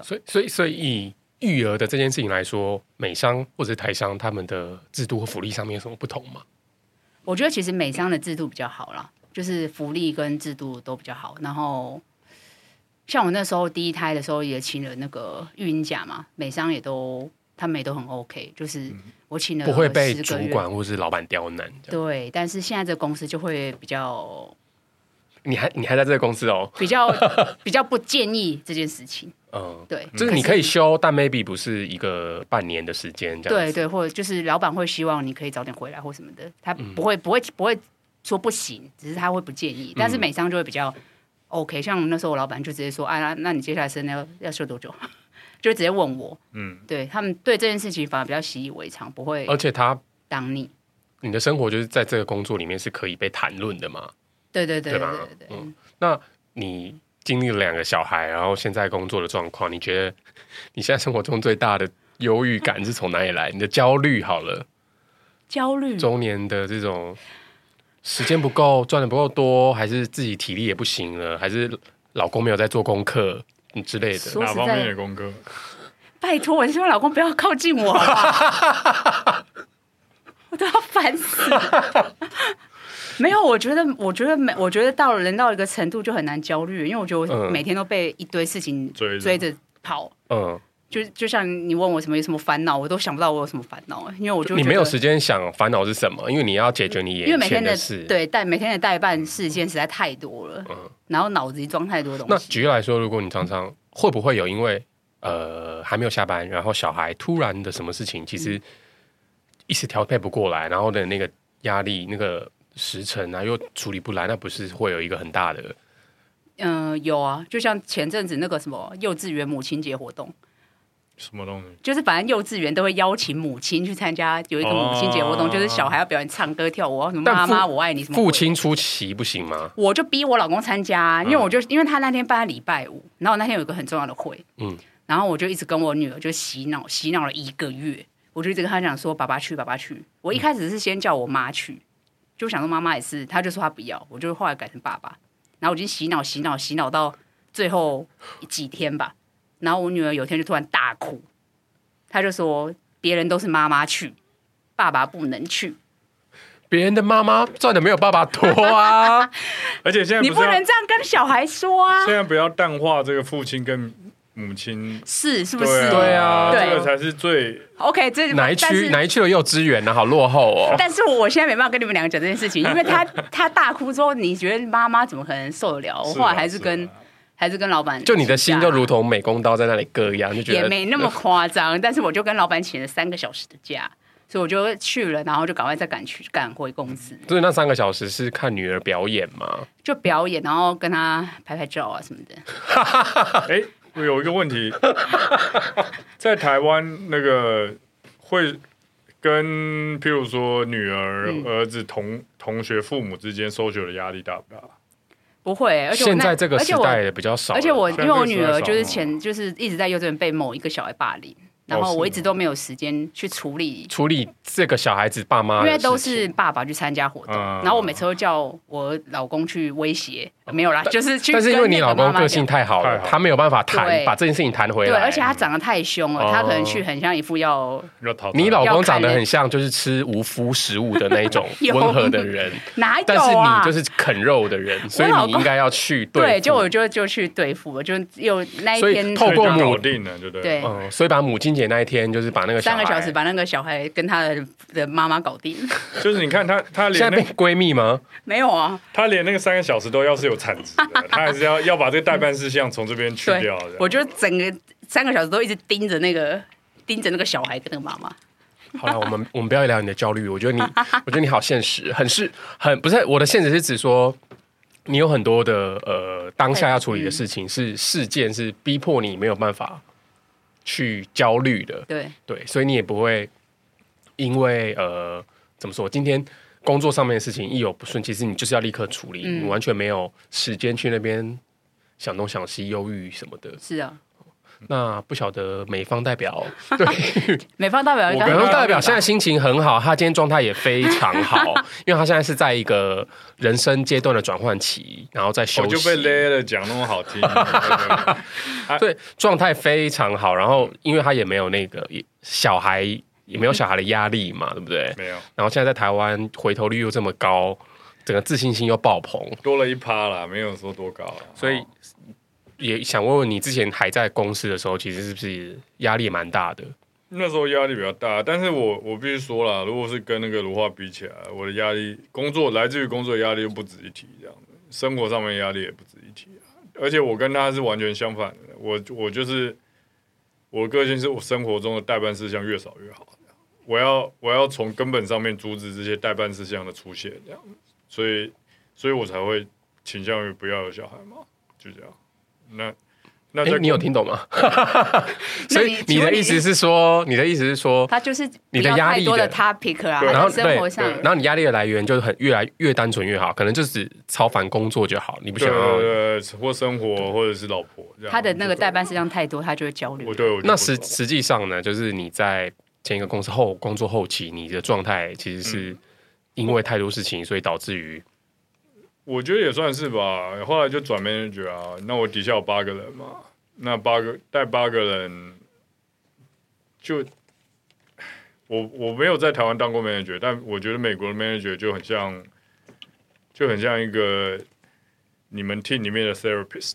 Speaker 3: 所以，所以，所以以育儿的这件事情来说，美商或者是台商他们的制度和福利上面有什么不同吗？
Speaker 1: 我觉得其实美商的制度比较好啦，就是福利跟制度都比较好。然后像我那时候第一胎的时候也请了那个育婴假嘛，美商也都他们也都很 OK，就是我请了
Speaker 3: 嗯不会被
Speaker 1: 10
Speaker 3: 主
Speaker 1: 呃个月。
Speaker 3: 管或是老板刁难。这样
Speaker 1: 对，但是现在这个公司就会比较
Speaker 3: 你还你还在这个公司哦，
Speaker 1: 比较 比较不建议这件事情，
Speaker 3: 嗯，
Speaker 1: 对，
Speaker 3: 就是你可以休，但 maybe 不是一个半年的时间这样
Speaker 1: 对
Speaker 3: 子。
Speaker 1: 对，或者就是老板会希望你可以早点回来或什么的，他不会、不会不会说不行，只是他会不建议。但是美商就会比较 OK，像我们那时候我老板就直接说，啊，那那你接下来生要要休多久？ 就直接问我，
Speaker 2: 嗯，
Speaker 1: 对他们对这件事情反而比较习以为常，不会
Speaker 3: 而且他
Speaker 1: 当你。
Speaker 3: 你的生活就是在这个工作里面是可以被谈论的嘛。
Speaker 1: 对对对对
Speaker 3: 对吧
Speaker 1: 对对对，
Speaker 3: 那你经历了两个小孩，然后现在工作的状况，你觉得你现在生活中最大的忧郁感是从哪里来？你的焦虑好了。
Speaker 1: 焦虑
Speaker 3: 中年的这种时间不够，赚的不够多，还是自己体力也不行了，还是老公没有在做功课嗯之类的。
Speaker 1: 说
Speaker 2: 哪
Speaker 1: 实
Speaker 2: 方面
Speaker 1: 在
Speaker 2: 的，功课？
Speaker 1: 拜托，我希望老公不要靠近我好不好，我都要烦死了。没有，我觉得，我觉得每，我觉得到了人到一个程度就很难焦虑，因为我觉得我
Speaker 3: 嗯
Speaker 1: 每天都被一堆事情
Speaker 2: 追着
Speaker 1: 追着跑。
Speaker 3: 嗯，
Speaker 1: 就就像你问我什么有什么烦恼，我都想不到我有什么烦恼，因为我就
Speaker 3: 你
Speaker 1: 觉
Speaker 3: 没有
Speaker 1: 得
Speaker 3: 时间想烦恼是什么，因为你要解决你
Speaker 1: 因为
Speaker 3: 眼
Speaker 1: 每天
Speaker 3: 前
Speaker 1: 的
Speaker 3: 事。，嗯
Speaker 1: 对代每天的代办事件实在太多了，然后脑子里装太多东
Speaker 3: 那
Speaker 1: 西。
Speaker 3: 举例来说，如果你常常会不会有因为呃还没有下班，然后小孩突然的什么事情，其
Speaker 1: 嗯
Speaker 3: 实一时调配不过来，然后的那个压力、那个时辰啊又处理不来，那不是会有一个很大的
Speaker 1: 嗯、有啊，就像前阵子那个什么幼稚园母亲节活动，
Speaker 2: 什么东
Speaker 3: 嗯
Speaker 2: 西？
Speaker 1: 就是反正幼稚园都会邀请母亲去参加，有一个母亲节活动，
Speaker 2: 哦
Speaker 1: 就是小孩要表演唱歌跳舞，然后什么
Speaker 3: 但
Speaker 1: 妈
Speaker 3: 父
Speaker 1: 妈我爱你什么鬼
Speaker 3: 父。亲出奇不行吗？
Speaker 1: 我就逼我老公参加啊，
Speaker 2: 嗯
Speaker 1: 因为我就、因为他那天办在礼拜五，然后那天有一个很重要的会，
Speaker 3: 嗯
Speaker 1: 然后我就一直跟我女儿就洗脑，洗脑了一个月，我就一直跟她讲说爸爸去，爸爸去。我一开始是先叫我妈去，就想说妈妈也是，她就说她不要，我就后来改成爸爸，然后我已经洗脑洗脑洗脑到最后几天吧，然后我女儿有一天就突然大哭，她就说别人都是妈妈去，爸爸不能去，
Speaker 3: 别人的妈妈赚的没有爸爸多 啊！
Speaker 2: 而且现在
Speaker 1: 你
Speaker 2: 不
Speaker 1: 不
Speaker 2: 是要
Speaker 1: 能这样跟小孩说啊
Speaker 2: 现，在不要淡化这个父亲跟母亲，
Speaker 1: 是是不是？
Speaker 2: 对
Speaker 3: 对
Speaker 2: 啊，
Speaker 3: 啊
Speaker 1: 对
Speaker 2: 这个才是最
Speaker 1: OK，这
Speaker 3: 哪一
Speaker 1: 但
Speaker 3: 区
Speaker 1: 是
Speaker 3: 哪一区的幼稚园呢、好落后哦。
Speaker 1: 但是我现在没办法跟你们两个讲这件事 情，因为他他大哭之后，你觉得妈妈怎么可能受得了？我
Speaker 2: 是
Speaker 1: 后
Speaker 2: 啊
Speaker 1: 来还是跟
Speaker 2: 啊
Speaker 1: 还是跟老板，
Speaker 3: 就你的心就如同美工刀在那里割一样，就觉
Speaker 1: 也
Speaker 3: 得
Speaker 1: 没那么夸张，但是我就跟老板请了三个小时的假，所以我就去了，然后就赶快再赶去赶回公司，
Speaker 3: 就是那三个小时是看女儿表演嘛？
Speaker 1: 就表演，然后跟他拍拍照啊什么的。
Speaker 3: 啊
Speaker 2: 哎、我有一个问题，在台湾那个会跟，譬如说女儿、
Speaker 1: 嗯
Speaker 2: 儿子同同学、父母之间 social 的压力大不大？
Speaker 1: 不会，而且我
Speaker 3: 现
Speaker 1: 那
Speaker 3: 在这个
Speaker 1: 而
Speaker 3: 时
Speaker 1: 且我
Speaker 3: 代的比较少了吧，
Speaker 1: 而且我因为我女儿就是
Speaker 2: 现
Speaker 1: 前就是一直在幼稚园被某一个小孩霸凌，然
Speaker 2: 哦
Speaker 1: 后
Speaker 2: 是
Speaker 1: 我一
Speaker 2: 吗
Speaker 1: 直都没有时间去处理
Speaker 3: 处理这个小孩子爸妈
Speaker 1: 因
Speaker 3: 的
Speaker 1: 为都
Speaker 3: 事情
Speaker 1: 是爸爸去参加活动，
Speaker 3: 啊
Speaker 2: 嗯
Speaker 1: 然后我每次都叫我老公去威胁，没有啦，就是去。
Speaker 3: 但是因为你老公个性。太好
Speaker 2: 太
Speaker 3: 了，
Speaker 2: 好
Speaker 3: 他没有办法谈，
Speaker 1: 对
Speaker 3: 把这件事情谈回
Speaker 1: 对，
Speaker 3: 来。
Speaker 1: 而且他长得太凶了，
Speaker 3: 哦
Speaker 1: 他可能去很像一副要
Speaker 2: 要淘汰
Speaker 3: 你老公
Speaker 1: 要看
Speaker 3: 长得
Speaker 1: 人
Speaker 3: 很像就是吃无麸食物的那一种
Speaker 1: 有啊
Speaker 3: 温和的人，
Speaker 1: 哪
Speaker 3: 但是
Speaker 1: 有啊？
Speaker 3: 你就是啃肉的人，所以
Speaker 1: 老
Speaker 3: 你
Speaker 1: 公
Speaker 3: 应该要去对付。
Speaker 1: 对，就我就就去对付了，就又那一
Speaker 3: 所以
Speaker 1: 天
Speaker 3: 透过
Speaker 2: 所以就
Speaker 3: 母
Speaker 2: 搞定了，对不对？
Speaker 1: 对
Speaker 3: 嗯，所以把母亲节那一天就是把那个
Speaker 1: 三个小
Speaker 3: 孩
Speaker 1: 时把那个小孩跟他的的妈妈搞定，
Speaker 2: 就是你看他，他
Speaker 3: 现在
Speaker 2: 连那
Speaker 3: 变闺蜜吗？
Speaker 1: 没有啊？
Speaker 2: 他连那个三个小时都要是有产 值的，他还是要要把这个代办事项从这边去
Speaker 1: 对
Speaker 2: 掉的，。
Speaker 1: 我就整个三个小时都一直盯着那个盯着那个小孩跟那个妈妈，
Speaker 3: 好了，我们 我们不要聊你的焦虑，我觉 得你，我觉得你好现实，很是很不是我的现实是指说，你有很多的呃当下要处理的事
Speaker 1: 嗯
Speaker 3: 情是事件是逼迫你没有办法去焦虑的，
Speaker 1: 对，
Speaker 3: 对，所以你也不会因为呃怎么说，今天工作上面的事情一有不顺，其实你就是要立刻处理，
Speaker 1: 嗯
Speaker 3: 你完全没有时间去那边想东想西、忧郁什么的。
Speaker 1: 是啊，
Speaker 3: 那不晓得美方 代表对于
Speaker 1: 美方代表应该很
Speaker 2: 我
Speaker 3: 然
Speaker 2: 刚
Speaker 3: 后
Speaker 2: 刚
Speaker 3: 代表现在心情很好，他今天状态也非常好，因为他现在是在一个人生阶段的转换期，然后在休
Speaker 2: 我哦就被
Speaker 3: 息。
Speaker 2: 勒了，讲那么好 听，对
Speaker 3: 对，状态非常好，然后因为他也没有那个也小孩，也没有小孩的压力嘛，对不对
Speaker 2: 不对？没有
Speaker 3: 然后现在在台湾回头率又这么高，整个自信心又爆棚，
Speaker 2: 多了一趴啦，没有说多高啦。
Speaker 3: 所以也想问问你，之前还在公司的时候，其实是不是压力也蛮大的？
Speaker 2: 那时候压力比较大，但是我我必须说啦，如果是跟那个卢化比起来，我的压力工作来自于工作的压力又不值一提，这样子，生活上面的压力也不值一提、啊、而且我跟他是完全相反的，我我就是我个性是我生活中的代办事项越少越好，我要我要从根本上面阻止这些代办事项的出现，这样，所以所以我才会倾向于不要有小孩嘛，就这样。那那
Speaker 3: 哎、
Speaker 2: 在
Speaker 3: 你有听懂吗？所以
Speaker 1: 请
Speaker 3: 你
Speaker 1: 问
Speaker 3: 的
Speaker 1: 你
Speaker 3: 意思是说，你的意思是说，
Speaker 1: 他就是
Speaker 3: 你的
Speaker 1: 不要
Speaker 3: 压
Speaker 1: 太
Speaker 3: 力
Speaker 1: 多的
Speaker 3: 的
Speaker 1: topic 啊，
Speaker 2: 对
Speaker 3: 然
Speaker 1: 他
Speaker 3: 后
Speaker 1: 的生活
Speaker 3: 对
Speaker 1: 上
Speaker 2: 对
Speaker 3: 然后你压力的来源就是很越来越单纯越好，可能就只超凡工作就好，你不想要
Speaker 2: 对。对对，或生活或者是老婆这样。
Speaker 1: 他的那个代
Speaker 2: 办，
Speaker 1: 办事项太多，他就会焦虑
Speaker 2: 我。对我就
Speaker 3: 那
Speaker 2: 不
Speaker 3: 实
Speaker 2: 懂
Speaker 3: 实际上呢，就是你在前一个公司后工作后期，你的状态其实
Speaker 2: 嗯
Speaker 3: 是因为太多事情，所以导致于
Speaker 2: 我觉得也算是吧。后来就转 manager 啊，那我底下有八个人嘛，那八个带八个人就，我我没有在台湾当过 manager，但我觉得美国的 manager 就很像，就很像一个你们 team 里面的 therapist，、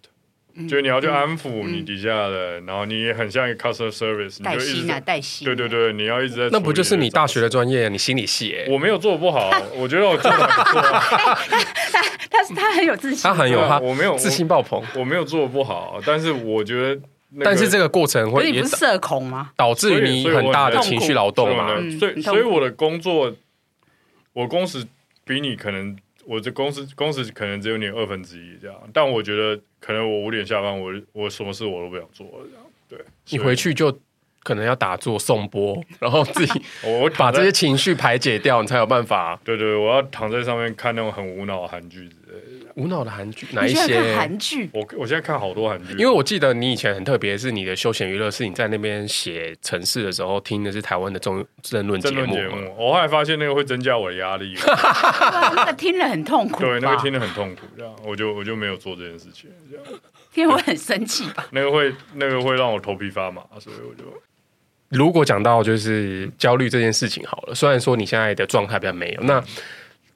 Speaker 2: 就是你
Speaker 1: 嗯
Speaker 2: 要去安抚你底下的，然后你也很像一个 customer service，你
Speaker 1: 带
Speaker 2: 就一直
Speaker 1: 薪啊，
Speaker 2: 在
Speaker 1: 带薪、
Speaker 2: 对对，对，你要一直在
Speaker 3: 那不就是
Speaker 2: 处理
Speaker 3: 你大学
Speaker 2: 的
Speaker 3: 的专业，你心理系、欸？
Speaker 2: 杂事？我没有做不好，我觉得我做的不错啊，
Speaker 1: 他他很有自信，
Speaker 3: 他很有
Speaker 2: 对啊
Speaker 3: 他
Speaker 2: 我没有
Speaker 3: 自信爆棚，
Speaker 2: 我没有做的不好，但是我觉得、那个，
Speaker 3: 但是这个过程
Speaker 1: 可
Speaker 3: 会
Speaker 1: 是你
Speaker 3: 也
Speaker 1: 不是社恐吗？
Speaker 3: 导致于你很大的
Speaker 1: 所以所以我很
Speaker 3: 情绪劳动
Speaker 2: 嘛
Speaker 3: 嘛。
Speaker 1: 嗯
Speaker 2: 所以
Speaker 1: 很痛苦
Speaker 2: 所以我的工作，我工时比你可能，我这工时工时可能只有你二分之一这样，但我觉得可能我五点下班，我我什么事我都不想做了这样。对，
Speaker 3: 你
Speaker 2: 所以
Speaker 3: 回去就可能要打坐送波，然后 自己
Speaker 2: 我我
Speaker 3: 把
Speaker 2: 躺在
Speaker 3: 这些情绪排解掉，你才有办法
Speaker 2: 对对，我要躺在上面看那种很无脑的韩剧之类的。
Speaker 3: 无脑的韩剧哪
Speaker 1: 你
Speaker 3: 一
Speaker 1: 居然看
Speaker 3: 些？
Speaker 1: 韩剧，
Speaker 2: 我我现在看好多韩剧，
Speaker 3: 因为我记得你以前很特别，是你的休闲娱乐是你在那边写城市的时候听的是台湾的综政论节
Speaker 2: 争论
Speaker 3: 目
Speaker 2: 节，目，我后来发现那个会增加我的压 力，
Speaker 1: 哇那个听了很痛苦吧，
Speaker 2: 对，那个听得很痛苦，这样我就我就没有做这件事情，这样
Speaker 1: 听了会很生气 吧？
Speaker 2: 那个会那个会让我头皮发麻，所以我就
Speaker 3: 如果讲到就是焦虑这件事情好了，虽然说你现在的状态比较没有，那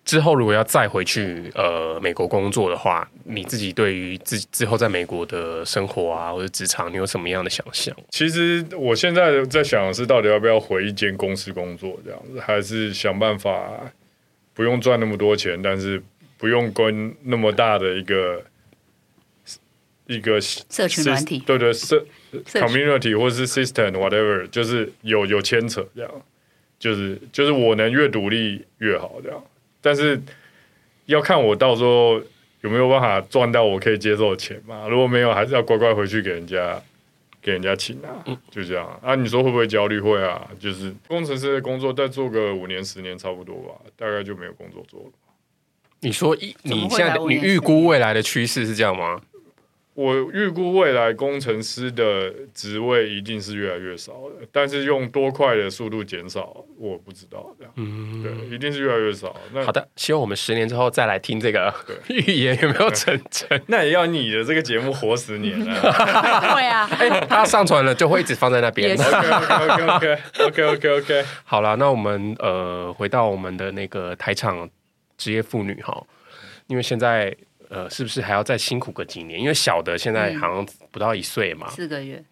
Speaker 3: 之后如果要再回去呃美国工作的话，你自己对于之之后在美国的生活啊或者职场，你有什么样的想象？
Speaker 2: 其实我现在在想的是，到底要不要回一间公司工作这样子，还是想办法不用赚那么多钱，但是不用跟那么大的一个一个
Speaker 1: 社群软体
Speaker 2: 对对社
Speaker 1: 社群
Speaker 2: community 或是 system whatever，就是有有牵扯这样，就是就是我能越独立越好这样，但是要看我到时候有没有办法赚到我可以接受的钱嘛，如果没有，还是要乖乖回去给人家。给人家请啊，就这样啊。你说会不会焦虑？会啊，就是工程师的工作，再做个五年、十年差不多吧，大概就没有工作做了。
Speaker 3: 你说一
Speaker 1: 怎么
Speaker 3: 你
Speaker 1: 会
Speaker 3: 现在
Speaker 1: 来
Speaker 3: 的
Speaker 1: 我
Speaker 3: 你
Speaker 1: 眼前
Speaker 3: 预估未来的趋势是这样吗？
Speaker 2: 我预估未来工程师的职位一定是越来越少的，但是用多快的速度减少，我不知道这样。
Speaker 3: 嗯，
Speaker 2: 对，一定是越来越少。那
Speaker 3: 好的，希望我们十年之后再来听这个 预言有没有成真。
Speaker 2: 那也要你的这个节目活十年啊。
Speaker 1: 会啊，
Speaker 2: 哎
Speaker 3: 它上传了就会一直放在那边
Speaker 1: 也。是
Speaker 2: OK OK OK OK OK OK。
Speaker 3: 好啦，那我们呃回到我们的那个台场职业妇女哈，因为现在呃是不是还要再辛苦个几年？因为小的现在
Speaker 1: 嗯
Speaker 3: 好像不到一岁嘛，嗯
Speaker 1: 四个月。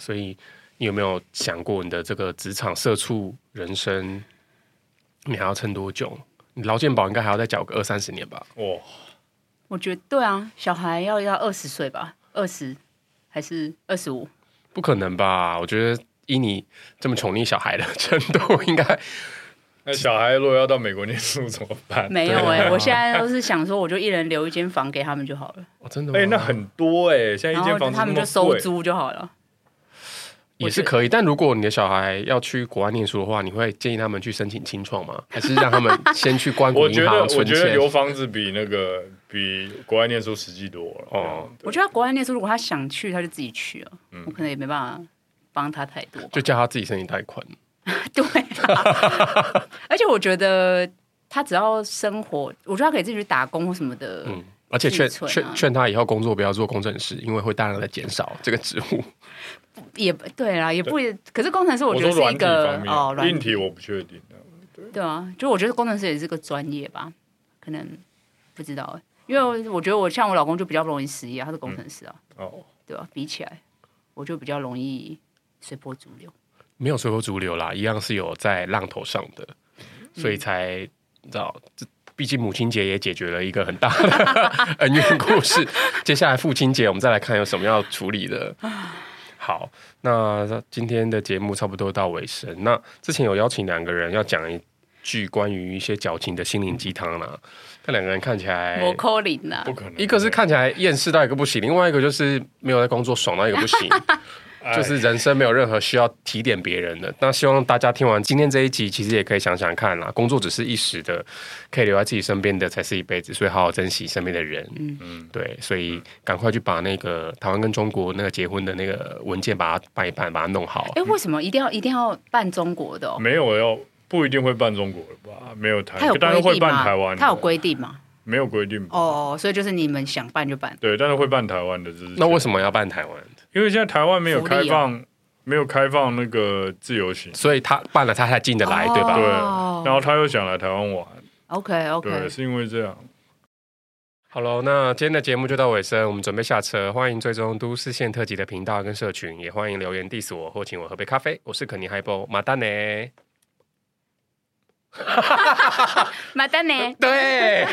Speaker 3: 所以你有没有想过你的这个职场社畜人生，你还要撑多久？你劳健保应该还要再缴个二三十年吧？
Speaker 2: 哇，
Speaker 1: 我觉得对啊，小孩要要二十岁吧，二十还是二十五？
Speaker 3: 不可能吧？我觉得以你这么宠溺小孩的程度，应该
Speaker 2: 那小孩如果要到美国念书怎么办？
Speaker 1: 没有
Speaker 3: 对啊
Speaker 1: 哎、我现在都是想说，我就一人留一间房给他们就好了，
Speaker 3: 哦真的吗？
Speaker 2: 哎、那很多哎、现在
Speaker 1: 然
Speaker 2: 一
Speaker 1: 后
Speaker 2: 间房子
Speaker 1: 他们就
Speaker 2: 那么
Speaker 1: 收
Speaker 2: 贵
Speaker 1: 租就好了。
Speaker 3: 也是可以，但如果你的小孩要去国外念书的话，你会建议他们去申请清 创吗？还是让他们先去关谷
Speaker 2: 我觉
Speaker 3: 银
Speaker 2: 得，
Speaker 3: 行
Speaker 2: 我
Speaker 3: 存
Speaker 2: 觉得
Speaker 3: 钱？
Speaker 2: 留房子比那个比国外念书实际多了。
Speaker 3: 哦
Speaker 2: 哦，
Speaker 1: 我觉得他国外念书，如果他想去，他就自己去了，
Speaker 2: 嗯
Speaker 1: 我可能也没办法帮他太多吧。
Speaker 3: 就叫他自己申请贷款。
Speaker 1: 对、啊，而且我觉得他只要生活，我觉得他可以自己去打工或什么的。
Speaker 3: 嗯，而且劝
Speaker 1: 自己存啊
Speaker 3: 劝劝他以后工作不要做工程师，因为会大量的减少这个职务。
Speaker 1: 也对啦，也不也，可是工程师我
Speaker 2: 我
Speaker 1: 觉
Speaker 2: 说
Speaker 1: 得是
Speaker 2: 软
Speaker 1: 一
Speaker 2: 体
Speaker 1: 个
Speaker 2: 方
Speaker 1: 哦，
Speaker 2: 面，
Speaker 1: 软
Speaker 2: 硬体我不确定。
Speaker 1: 对啊，就我觉得工程师也是个专业吧，可能不知道欸，因为我觉得我像我老公就比较容易失业啊，他是工程师啊，
Speaker 2: 哦，
Speaker 1: 对啊？比起来，我就比较容易随波逐流。
Speaker 3: 没有随波逐流啦，一样是有在浪头上的，所以才你知道，这毕竟母亲节也解决了一个很大的恩怨故事。接下来父亲节，我们再来看有什么要处理的。好，那今天的节目差不多到尾声。那之前有邀请两个人要讲一句关于一些矫情的心灵鸡汤啦，但两个人看起来，
Speaker 1: 我啊扣零啦
Speaker 2: 哎不，可能。
Speaker 3: 一个是看起来厌世到一个不行，另外一个就是没有在工作爽到一个不行。
Speaker 2: 哎，
Speaker 3: 就是人生没有任何需要提点别人的。那希望大家听完今天这一集，其实也可以想想看啦，工作只是一时的，可以留在自己身边的才是一辈子，所以好好珍惜身边的人。嗯嗯，对，所以赶快去把那个台湾跟中国那个结婚的那个文件把它办一办，把它弄好。
Speaker 1: 哎、为什么一定要一定要办中国的、哦？嗯
Speaker 2: 没有要不一定会办中国的吧？哎没有台
Speaker 1: 他有，
Speaker 2: 但是
Speaker 1: 规
Speaker 2: 会
Speaker 1: 定
Speaker 2: 办台
Speaker 1: 吗？
Speaker 2: 湾的，
Speaker 1: 他有规定吗？
Speaker 2: 没有规定吧？
Speaker 1: 哦，所以就是你们想办就办。
Speaker 2: 对，但是会办台湾的，就是
Speaker 3: 那为
Speaker 2: 么？
Speaker 3: 什么要办台湾？
Speaker 1: 啊
Speaker 2: 因为现在台湾没有开放没有开放那个自由行，
Speaker 3: 所以他办了他才进得来，对吧？
Speaker 2: 对
Speaker 1: 哦，
Speaker 2: 然后他又想来台湾玩，
Speaker 1: OK
Speaker 2: 对，
Speaker 1: OK，
Speaker 2: 是因为这样。
Speaker 3: 好喽，那今天的节目就到尾声，我们准备下车。欢迎追踪都市线特辑的频道跟社群，也欢迎留言 diss 我或请我喝杯咖啡。我是肯尼海波，马蛋呢？
Speaker 1: 马丹呢？
Speaker 3: 对。